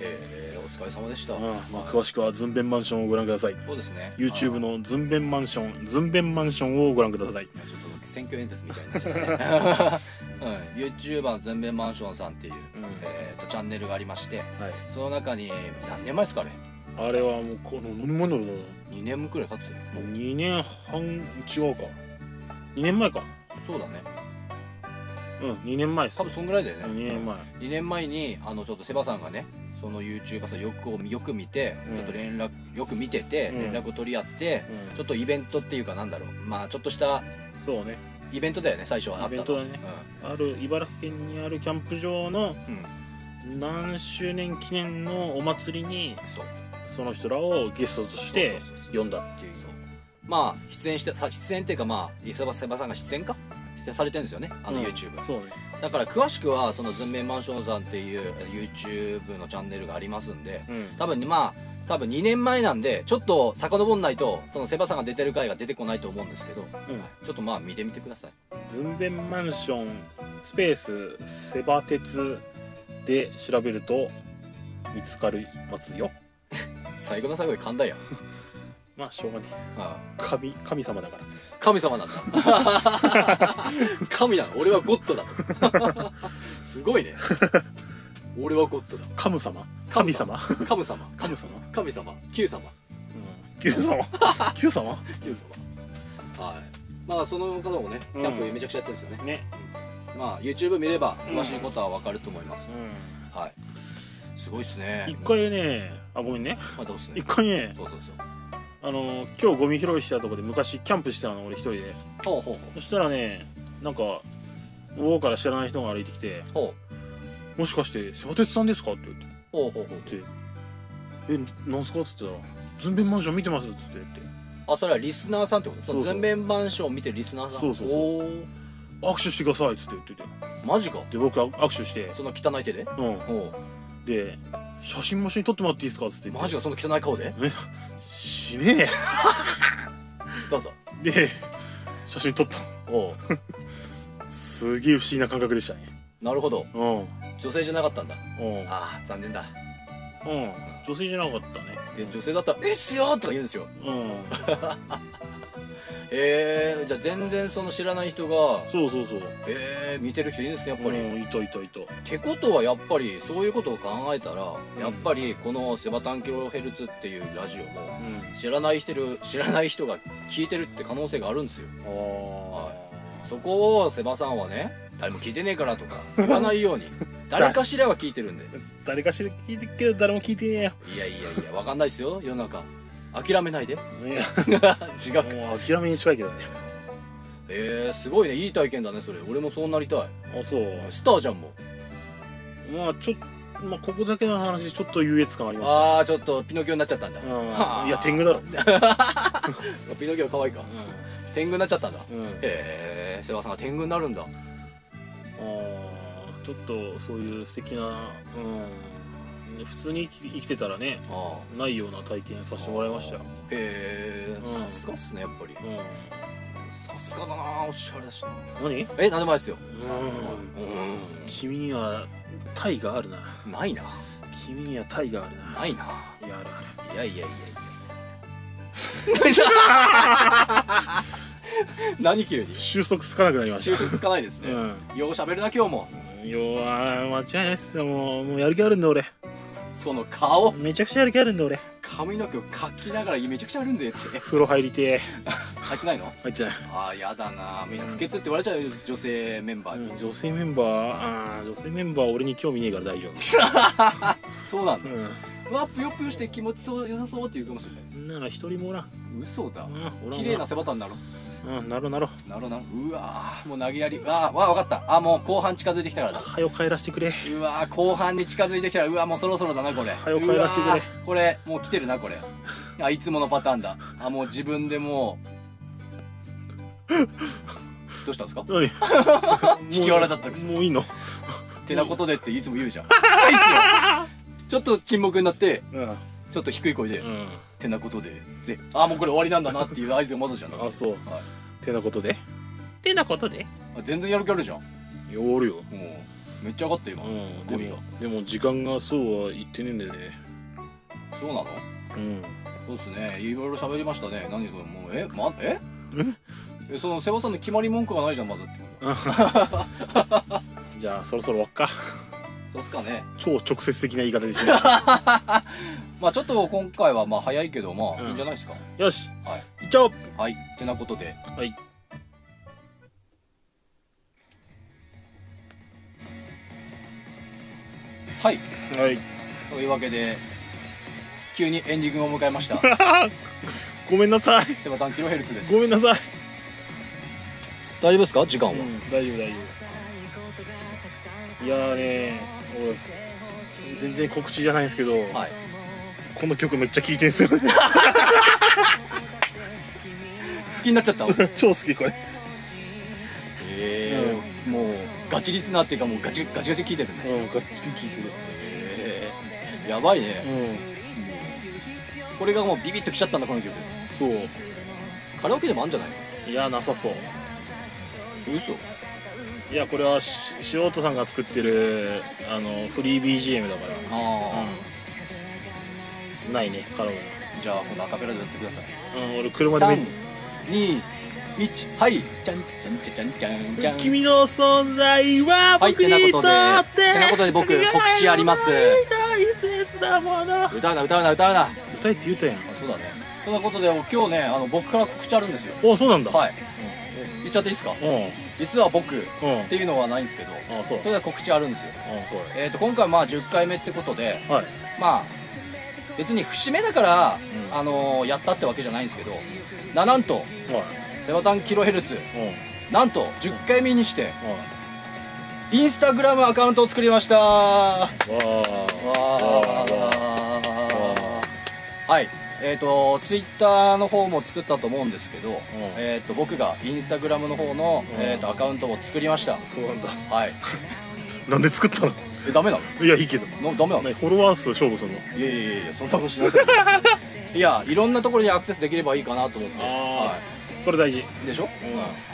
[SPEAKER 2] えお疲れ様でした
[SPEAKER 1] うんまあ、詳しくはズンベンマンションをご覧ください
[SPEAKER 2] そうですね
[SPEAKER 1] YouTube のズンベンマンションズンベンマンションをご覧ください
[SPEAKER 2] あーちょっと選挙演説みたいになっち
[SPEAKER 1] [laughs]
[SPEAKER 2] ゃったね、うん、YouTuber 全米マンションさんっていう、
[SPEAKER 1] うん
[SPEAKER 2] えー、とチャンネルがありまして
[SPEAKER 1] はい
[SPEAKER 2] その中に何年前ですかあれ
[SPEAKER 1] あれはもうこの何年前だろ
[SPEAKER 2] 2年くらい経つよも
[SPEAKER 1] う
[SPEAKER 2] う
[SPEAKER 1] 2年半違うか2年前か
[SPEAKER 2] そうだね
[SPEAKER 1] うん2年前っす
[SPEAKER 2] 多分そんぐらいだよね
[SPEAKER 1] 2年前
[SPEAKER 2] 2年前にあのちょっとセバさんがねその YouTuber さんよくをよく見て、
[SPEAKER 1] うん
[SPEAKER 2] ちょっと連絡よく見てて
[SPEAKER 1] う
[SPEAKER 2] 連
[SPEAKER 1] ん
[SPEAKER 2] 絡を取り合って、
[SPEAKER 1] うん
[SPEAKER 2] ちょっとイベントっていうかなんだろうまあちょっとした
[SPEAKER 1] そうね
[SPEAKER 2] イベントだよね最初はあったの
[SPEAKER 1] イベントだねある茨城県にあるキャンプ場の
[SPEAKER 2] うん、うん
[SPEAKER 1] 何周年記念のお祭りに
[SPEAKER 2] そう
[SPEAKER 1] その人らをゲストとして
[SPEAKER 2] そうそうそうそう
[SPEAKER 1] 呼んだっていう
[SPEAKER 2] そうまあ出演してさ出演っていうかまあセバセバさんが出演か出演されてるんですよねあの
[SPEAKER 1] うん
[SPEAKER 2] YouTube、
[SPEAKER 1] そうね
[SPEAKER 2] だから詳しくはそのズンメンマンションさんっていう YouTube のチャンネルがありますんで
[SPEAKER 1] うん
[SPEAKER 2] 多分まあ多分2年前なんでちょっと遡んないとそのセバさんが出てる回が出てこないと思うんですけどちょっとまあ見てみてください
[SPEAKER 1] ズンベンマンションスペースセバ鉄で調べると見つかりますよ
[SPEAKER 2] 最後の最後で噛んだやん
[SPEAKER 1] まあしょうがね
[SPEAKER 2] あ
[SPEAKER 1] え神神様だから
[SPEAKER 2] あ神様なんだ神だ俺はゴッドだとすごいね俺はゴッドだ
[SPEAKER 1] 神様神様
[SPEAKER 2] 神様
[SPEAKER 1] 神様
[SPEAKER 2] 神様旧様
[SPEAKER 1] うん九様 [laughs] 九様
[SPEAKER 2] 旧様はいまあその方もねキャンプめちゃくちゃやってるんですよね、
[SPEAKER 1] ね
[SPEAKER 2] まあ YouTube 見れば詳しいことはわかると思います、
[SPEAKER 1] う
[SPEAKER 2] はいすごいっすね
[SPEAKER 1] ん一回ねあごめんね
[SPEAKER 2] まあどうっすね
[SPEAKER 1] 一回ね
[SPEAKER 2] どうぞどうぞ
[SPEAKER 1] あの今日ゴミ拾いしたとこで昔キャンプしてたの俺一人で
[SPEAKER 2] ほうほう
[SPEAKER 1] そしたらねなんか向こうから知らない人が歩いてきて
[SPEAKER 2] ほう
[SPEAKER 1] 「もしかして瀬鉄さんですか?」って言って
[SPEAKER 2] ほうほうほうほう
[SPEAKER 1] 「えなんすか?」っつってたら「ズンベンマンション見てます」っつって言って
[SPEAKER 2] あそれはリスナーさんってことその
[SPEAKER 1] そうそう
[SPEAKER 2] 全面マンションを見てるリスナーさん
[SPEAKER 1] そうそうそう
[SPEAKER 2] おー
[SPEAKER 1] 「握手してください」っつって言ってて
[SPEAKER 2] マジか
[SPEAKER 1] で僕は握手して
[SPEAKER 2] その汚い手で
[SPEAKER 1] うん
[SPEAKER 2] おう
[SPEAKER 1] で「写真も一緒に撮ってもらっていいですか?」っつって言って
[SPEAKER 2] マジかその汚い顔で
[SPEAKER 1] しね
[SPEAKER 2] どうぞ
[SPEAKER 1] えで写真撮った
[SPEAKER 2] おう
[SPEAKER 1] すげえ不思議な感覚でしたね
[SPEAKER 2] なるほど
[SPEAKER 1] うん
[SPEAKER 2] 女性じゃなかったんだ
[SPEAKER 1] うんう
[SPEAKER 2] あ
[SPEAKER 1] ん
[SPEAKER 2] あ残念だ
[SPEAKER 1] 女性じゃなかったね
[SPEAKER 2] で女性だったら「えっすよ!」とか言うんですよ
[SPEAKER 1] うん
[SPEAKER 2] えー、じゃあ全然その知らない人が
[SPEAKER 1] そうそうそう
[SPEAKER 2] えー、見てる人いるんですねやっぱり、
[SPEAKER 1] うんいたいたいた
[SPEAKER 2] ってことはやっぱりそういうことを考えたら、やっぱりこの「セバタンキロヘルツ」っていうラジオも
[SPEAKER 1] うん
[SPEAKER 2] 知らない人る知らない人が聞いてるって可能性があるんですよ
[SPEAKER 1] ああ
[SPEAKER 2] そこをセバさんはね誰も聞いてねえからとか言わない
[SPEAKER 1] [laughs]
[SPEAKER 2] ように誰かしらは聞いてるんで
[SPEAKER 1] 誰かしら聞いてるけど誰も聞いてね
[SPEAKER 2] いやいやいやわかんないですよ世の中諦めないで [laughs]
[SPEAKER 1] え
[SPEAKER 2] 違
[SPEAKER 1] よ
[SPEAKER 2] う
[SPEAKER 1] もう諦めに近いけどね
[SPEAKER 2] えー、すごいねいい体験だねそれ俺もそうなりたい
[SPEAKER 1] あそう
[SPEAKER 2] スターじゃんもう
[SPEAKER 1] まあちょっとまあここだけの話ちょっと優越感ありま
[SPEAKER 2] ああちょっとピノキオになっちゃったんだ
[SPEAKER 1] すうんいや天狗だ
[SPEAKER 2] [laughs]
[SPEAKER 1] ろ
[SPEAKER 2] ピノキオ可愛いか天狗になっちゃったんだ
[SPEAKER 1] うんうん
[SPEAKER 2] へえ世話さんが天狗になるんだ
[SPEAKER 1] あーちょっとそういう素敵なうん普通に生き生きてたらね
[SPEAKER 2] あ
[SPEAKER 1] ないような体験させてもらいましたよ
[SPEAKER 2] へえ
[SPEAKER 1] うん
[SPEAKER 2] さすがっすねやっぱり
[SPEAKER 1] う
[SPEAKER 2] さすがだなおしゃれだしなん
[SPEAKER 1] 何
[SPEAKER 2] えなんでもないですよ
[SPEAKER 1] うん
[SPEAKER 2] う
[SPEAKER 1] 君には体があるなん
[SPEAKER 2] ないな
[SPEAKER 1] 君には体があるな
[SPEAKER 2] ないいな
[SPEAKER 1] やある
[SPEAKER 2] い
[SPEAKER 1] ある
[SPEAKER 2] やいやいやいや [laughs] 何急に
[SPEAKER 1] 収束つかなくなりま
[SPEAKER 2] 収
[SPEAKER 1] した
[SPEAKER 2] 束つかないです
[SPEAKER 1] う
[SPEAKER 2] ね
[SPEAKER 1] ん
[SPEAKER 2] よう喋るな今日も
[SPEAKER 1] 弱間違いないっすよもうもうやる気あるんだ俺
[SPEAKER 2] その顔
[SPEAKER 1] めちゃくちゃやる気あるんだ俺
[SPEAKER 2] 髪の毛をかきながらめちゃくちゃあるんだよって
[SPEAKER 1] 風呂入りてえ
[SPEAKER 2] 入ってないの
[SPEAKER 1] 入ってない
[SPEAKER 2] ああやだなみんな不潔って言われちゃうよ女性メンバーに、
[SPEAKER 1] うん女性メンバーあー女性メンバーは俺に興味ねえから大丈
[SPEAKER 2] そうなんだ
[SPEAKER 1] 夫う
[SPEAKER 2] うわぷよぷよして気持ちそう良さそうって言うかもしれない
[SPEAKER 1] んなら一人もおらん
[SPEAKER 2] 嘘だ
[SPEAKER 1] うんおらんおらん
[SPEAKER 2] 綺麗な背バタンだろ
[SPEAKER 1] うんなろなろ
[SPEAKER 2] なるほどなうわーもう投げやりうわーわー分かったあもう後半近づいてきたからだ
[SPEAKER 1] はよ帰らしてくれ
[SPEAKER 2] うわー後半に近づいてきたらうわーもうそろそろだなこれ
[SPEAKER 1] 早く帰らせてく
[SPEAKER 2] う
[SPEAKER 1] れ
[SPEAKER 2] わーこれもう来てるなこれあいつものパターンだあもう自分でもうどうしたん [laughs] ですか
[SPEAKER 1] 何
[SPEAKER 2] 引き笑いだったくせ
[SPEAKER 1] もういいの
[SPEAKER 2] てなことでっていつも言うじ
[SPEAKER 1] [laughs]
[SPEAKER 2] ゃんあいつもちょっと沈黙になって
[SPEAKER 1] うん
[SPEAKER 2] ちょっと低い声で「
[SPEAKER 1] うん
[SPEAKER 2] てなことで」ぜあもうこれ終わりなんだなっていう合図がまだじゃん
[SPEAKER 1] あそう
[SPEAKER 2] はい
[SPEAKER 1] てなことでてなことで
[SPEAKER 2] あ全然やる気あるじゃんも
[SPEAKER 1] おるよ
[SPEAKER 2] うめっちゃ上がった今、
[SPEAKER 1] うん
[SPEAKER 2] 語
[SPEAKER 1] で
[SPEAKER 2] 彙が
[SPEAKER 1] もでも時間がそうは言ってねえんだよね
[SPEAKER 2] そうなの
[SPEAKER 1] うん
[SPEAKER 2] そうですねいろいろ喋りましたね何ももうえまええその瀬尾さんの決まり文句がないじゃんまだって
[SPEAKER 1] じゃあそろそろわっか
[SPEAKER 2] そうっすかね
[SPEAKER 1] 超直接的な言い方でし
[SPEAKER 2] [laughs]
[SPEAKER 1] ね
[SPEAKER 2] まあちょっと今回はまあ早いけどまあ、
[SPEAKER 1] うん
[SPEAKER 2] いいんじゃないですか
[SPEAKER 1] よし
[SPEAKER 2] はい
[SPEAKER 1] っちゃおう
[SPEAKER 2] はいってなことで
[SPEAKER 1] はい
[SPEAKER 2] はい
[SPEAKER 1] はい
[SPEAKER 2] というわけで急にエンディングを迎えました
[SPEAKER 1] [laughs] ごめんなさい
[SPEAKER 2] セバタンキロヘルツです
[SPEAKER 1] ごめんなさい、
[SPEAKER 2] 大丈夫ですか時間は、
[SPEAKER 1] 大丈夫大丈夫いやーね俺全然告知じゃないんですけど、
[SPEAKER 2] はい
[SPEAKER 1] この曲めっちゃ聴いてんすよ
[SPEAKER 2] [laughs] 好きになっちゃった
[SPEAKER 1] 超好きこれ
[SPEAKER 2] ええもうガチリスナーっていうかもうガチガチガチ聞いてるね
[SPEAKER 1] うんがっちり聴いてる
[SPEAKER 2] ええやばいね、
[SPEAKER 1] うん
[SPEAKER 2] これがもうビビッときちゃったんだこの曲
[SPEAKER 1] そう
[SPEAKER 2] カラオケでもあんじゃないの
[SPEAKER 1] いやなさそう
[SPEAKER 2] 嘘
[SPEAKER 1] いやこれはし素人さんが作ってるあのフリー BGM だから
[SPEAKER 2] ああ、
[SPEAKER 1] ないねカラオケ
[SPEAKER 2] じゃあ今度アカペラでやってください
[SPEAKER 1] うん、俺車で見
[SPEAKER 2] 321はいじゃんじゃんじゃんじゃんじゃんじゃん
[SPEAKER 1] 君の存在は
[SPEAKER 2] はい
[SPEAKER 1] 僕に
[SPEAKER 2] て
[SPEAKER 1] とって、
[SPEAKER 2] なことでてなことで僕告知あります
[SPEAKER 1] 大切なもの
[SPEAKER 2] 歌うな歌うな歌うなあ
[SPEAKER 1] 歌えって言うたやん
[SPEAKER 2] そうだねそんなことで今日ねあの僕から告知あるんですよ
[SPEAKER 1] おそうなんだ
[SPEAKER 2] はい言っちゃっていいですか
[SPEAKER 1] うんうん
[SPEAKER 2] 実は僕っ
[SPEAKER 1] うん
[SPEAKER 2] ていうのはないんですけど
[SPEAKER 1] あそう
[SPEAKER 2] とりあえず告知あるんですよ
[SPEAKER 1] あそう
[SPEAKER 2] えっ、と今回まあ10回目ってことで
[SPEAKER 1] はい
[SPEAKER 2] まあ別に節目だから、
[SPEAKER 1] うん
[SPEAKER 2] あのーやったってわけじゃないんですけどななんと
[SPEAKER 1] はい
[SPEAKER 2] セバタンキロヘルツ
[SPEAKER 1] うんうん
[SPEAKER 2] なんと10回目にしてインスタグラムアカウントを作りましたわ
[SPEAKER 1] わ
[SPEAKER 2] ー
[SPEAKER 1] あわーわ
[SPEAKER 2] はいえっ、とツイッターの方も作ったと思うんですけど、えっ、と僕がインスタグラムの方の、
[SPEAKER 1] うん
[SPEAKER 2] えー、とアカウントを作りました
[SPEAKER 1] そうなんだ
[SPEAKER 2] はい
[SPEAKER 1] なんで作ったの
[SPEAKER 2] えダメなの
[SPEAKER 1] いやいいけど
[SPEAKER 2] のダメなの
[SPEAKER 1] ねフォロワー数勝負するの
[SPEAKER 2] いやいやいやそんなことしませ
[SPEAKER 1] [laughs]
[SPEAKER 2] んいやいろんなところにアクセスできればいいかなと思って
[SPEAKER 1] あー
[SPEAKER 2] は
[SPEAKER 1] それ大事
[SPEAKER 2] い、でしょ、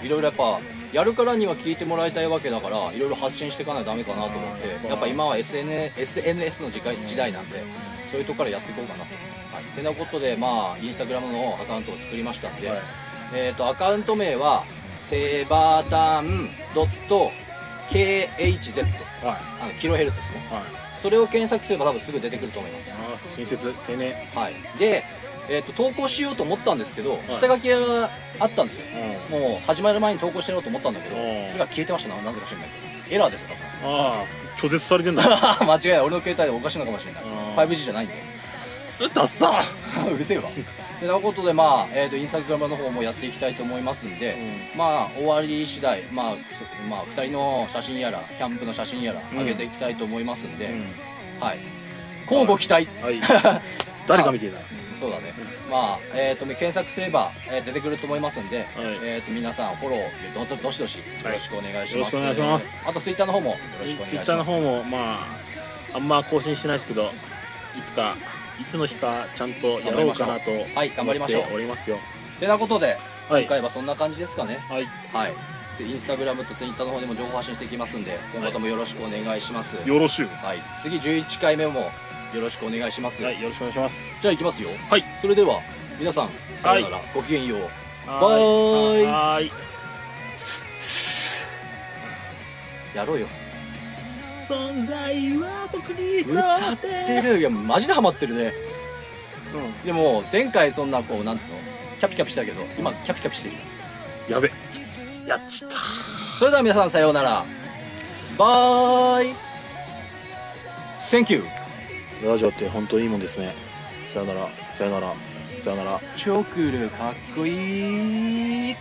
[SPEAKER 1] う
[SPEAKER 2] いろいろやっぱやるからには聞いてもらいたいわけだからいろいろ発信していかないとダメかなと思って、
[SPEAKER 1] うん
[SPEAKER 2] やっぱ今は SNS, SNS の時代時代なんでそういうとこからやっていこうかなと。はい、てなことでまあインスタグラムのアカウントを作りましたんで、
[SPEAKER 1] はい
[SPEAKER 2] えっ、とアカウント名はセバタンドット KHZ
[SPEAKER 1] は
[SPEAKER 2] あのキロヘルツですね
[SPEAKER 1] いはい
[SPEAKER 2] それを検索すれば多分すぐ出てくると思います
[SPEAKER 1] あー親切丁寧
[SPEAKER 2] はい、で、えー、と投稿しようと思ったんですけど、下書きがあったんですよ
[SPEAKER 1] うん
[SPEAKER 2] もう始まる前に投稿してやろうと思ったんだけどそ
[SPEAKER 1] うん
[SPEAKER 2] れが消えてましたななぜか知らないけどエラーですよ
[SPEAKER 1] ああ拒絶されてんだ
[SPEAKER 2] 多分 [laughs] 間違いない俺の携帯でおかしいのかもしれない
[SPEAKER 1] うん
[SPEAKER 2] 5G じゃないんで
[SPEAKER 1] [laughs]
[SPEAKER 2] [laughs]
[SPEAKER 1] ダッサ
[SPEAKER 2] うるせえわということでまあ、えー、とインスタグラムの方もやっていきたいと思いますんで、
[SPEAKER 1] う
[SPEAKER 2] まあ終わり次第まあ、そまあ、2人の写真やらキャンプの写真やら
[SPEAKER 1] うん
[SPEAKER 2] 上げていきたいと思いますんで、
[SPEAKER 1] ん
[SPEAKER 2] はい交互期待
[SPEAKER 1] はい誰か見ていない
[SPEAKER 2] そうだね、まあ、えー、と検索すれば、えー出てくると思いますんで、えー、と皆さんフォローどどしどしよろしくお願いします、
[SPEAKER 1] よろしくお願いします
[SPEAKER 2] あとツイッターの方もよろしくお願いし
[SPEAKER 1] ツイ
[SPEAKER 2] ま
[SPEAKER 1] ッ
[SPEAKER 2] す
[SPEAKER 1] ターの方もまああんま更新してないですけどいつかいつの日かちゃんとやろうかなと
[SPEAKER 2] はい頑張りましょう
[SPEAKER 1] 思っておりますよ
[SPEAKER 2] てなことで今
[SPEAKER 1] はいは
[SPEAKER 2] 回はそんな感じですかね
[SPEAKER 1] い
[SPEAKER 2] はいつインスタグラムとツイッターの方でも情報発信していきますんで今後ともよろしくお願いします、はい
[SPEAKER 1] よろしゅう
[SPEAKER 2] 次11回目もよろしくお願いします、
[SPEAKER 1] はいよろしくお願いします
[SPEAKER 2] じゃあ行きますよ
[SPEAKER 1] はい
[SPEAKER 2] それでは皆さんさようなら、ごきげんよう
[SPEAKER 1] は
[SPEAKER 2] バイ
[SPEAKER 1] はーい
[SPEAKER 2] やろうよ
[SPEAKER 1] 存在は僕に
[SPEAKER 2] 歌ってるいやマジでハマってるね
[SPEAKER 1] う
[SPEAKER 2] でも前回そんなこうなんつうのキャピキャピしたけど今キャピキャピしてる
[SPEAKER 1] んやべやっちった
[SPEAKER 2] それでは皆さんさようならバイ Thank you
[SPEAKER 1] ラジオって本当いいもんですねさよならさよならさよなら
[SPEAKER 2] チョクルかっこいい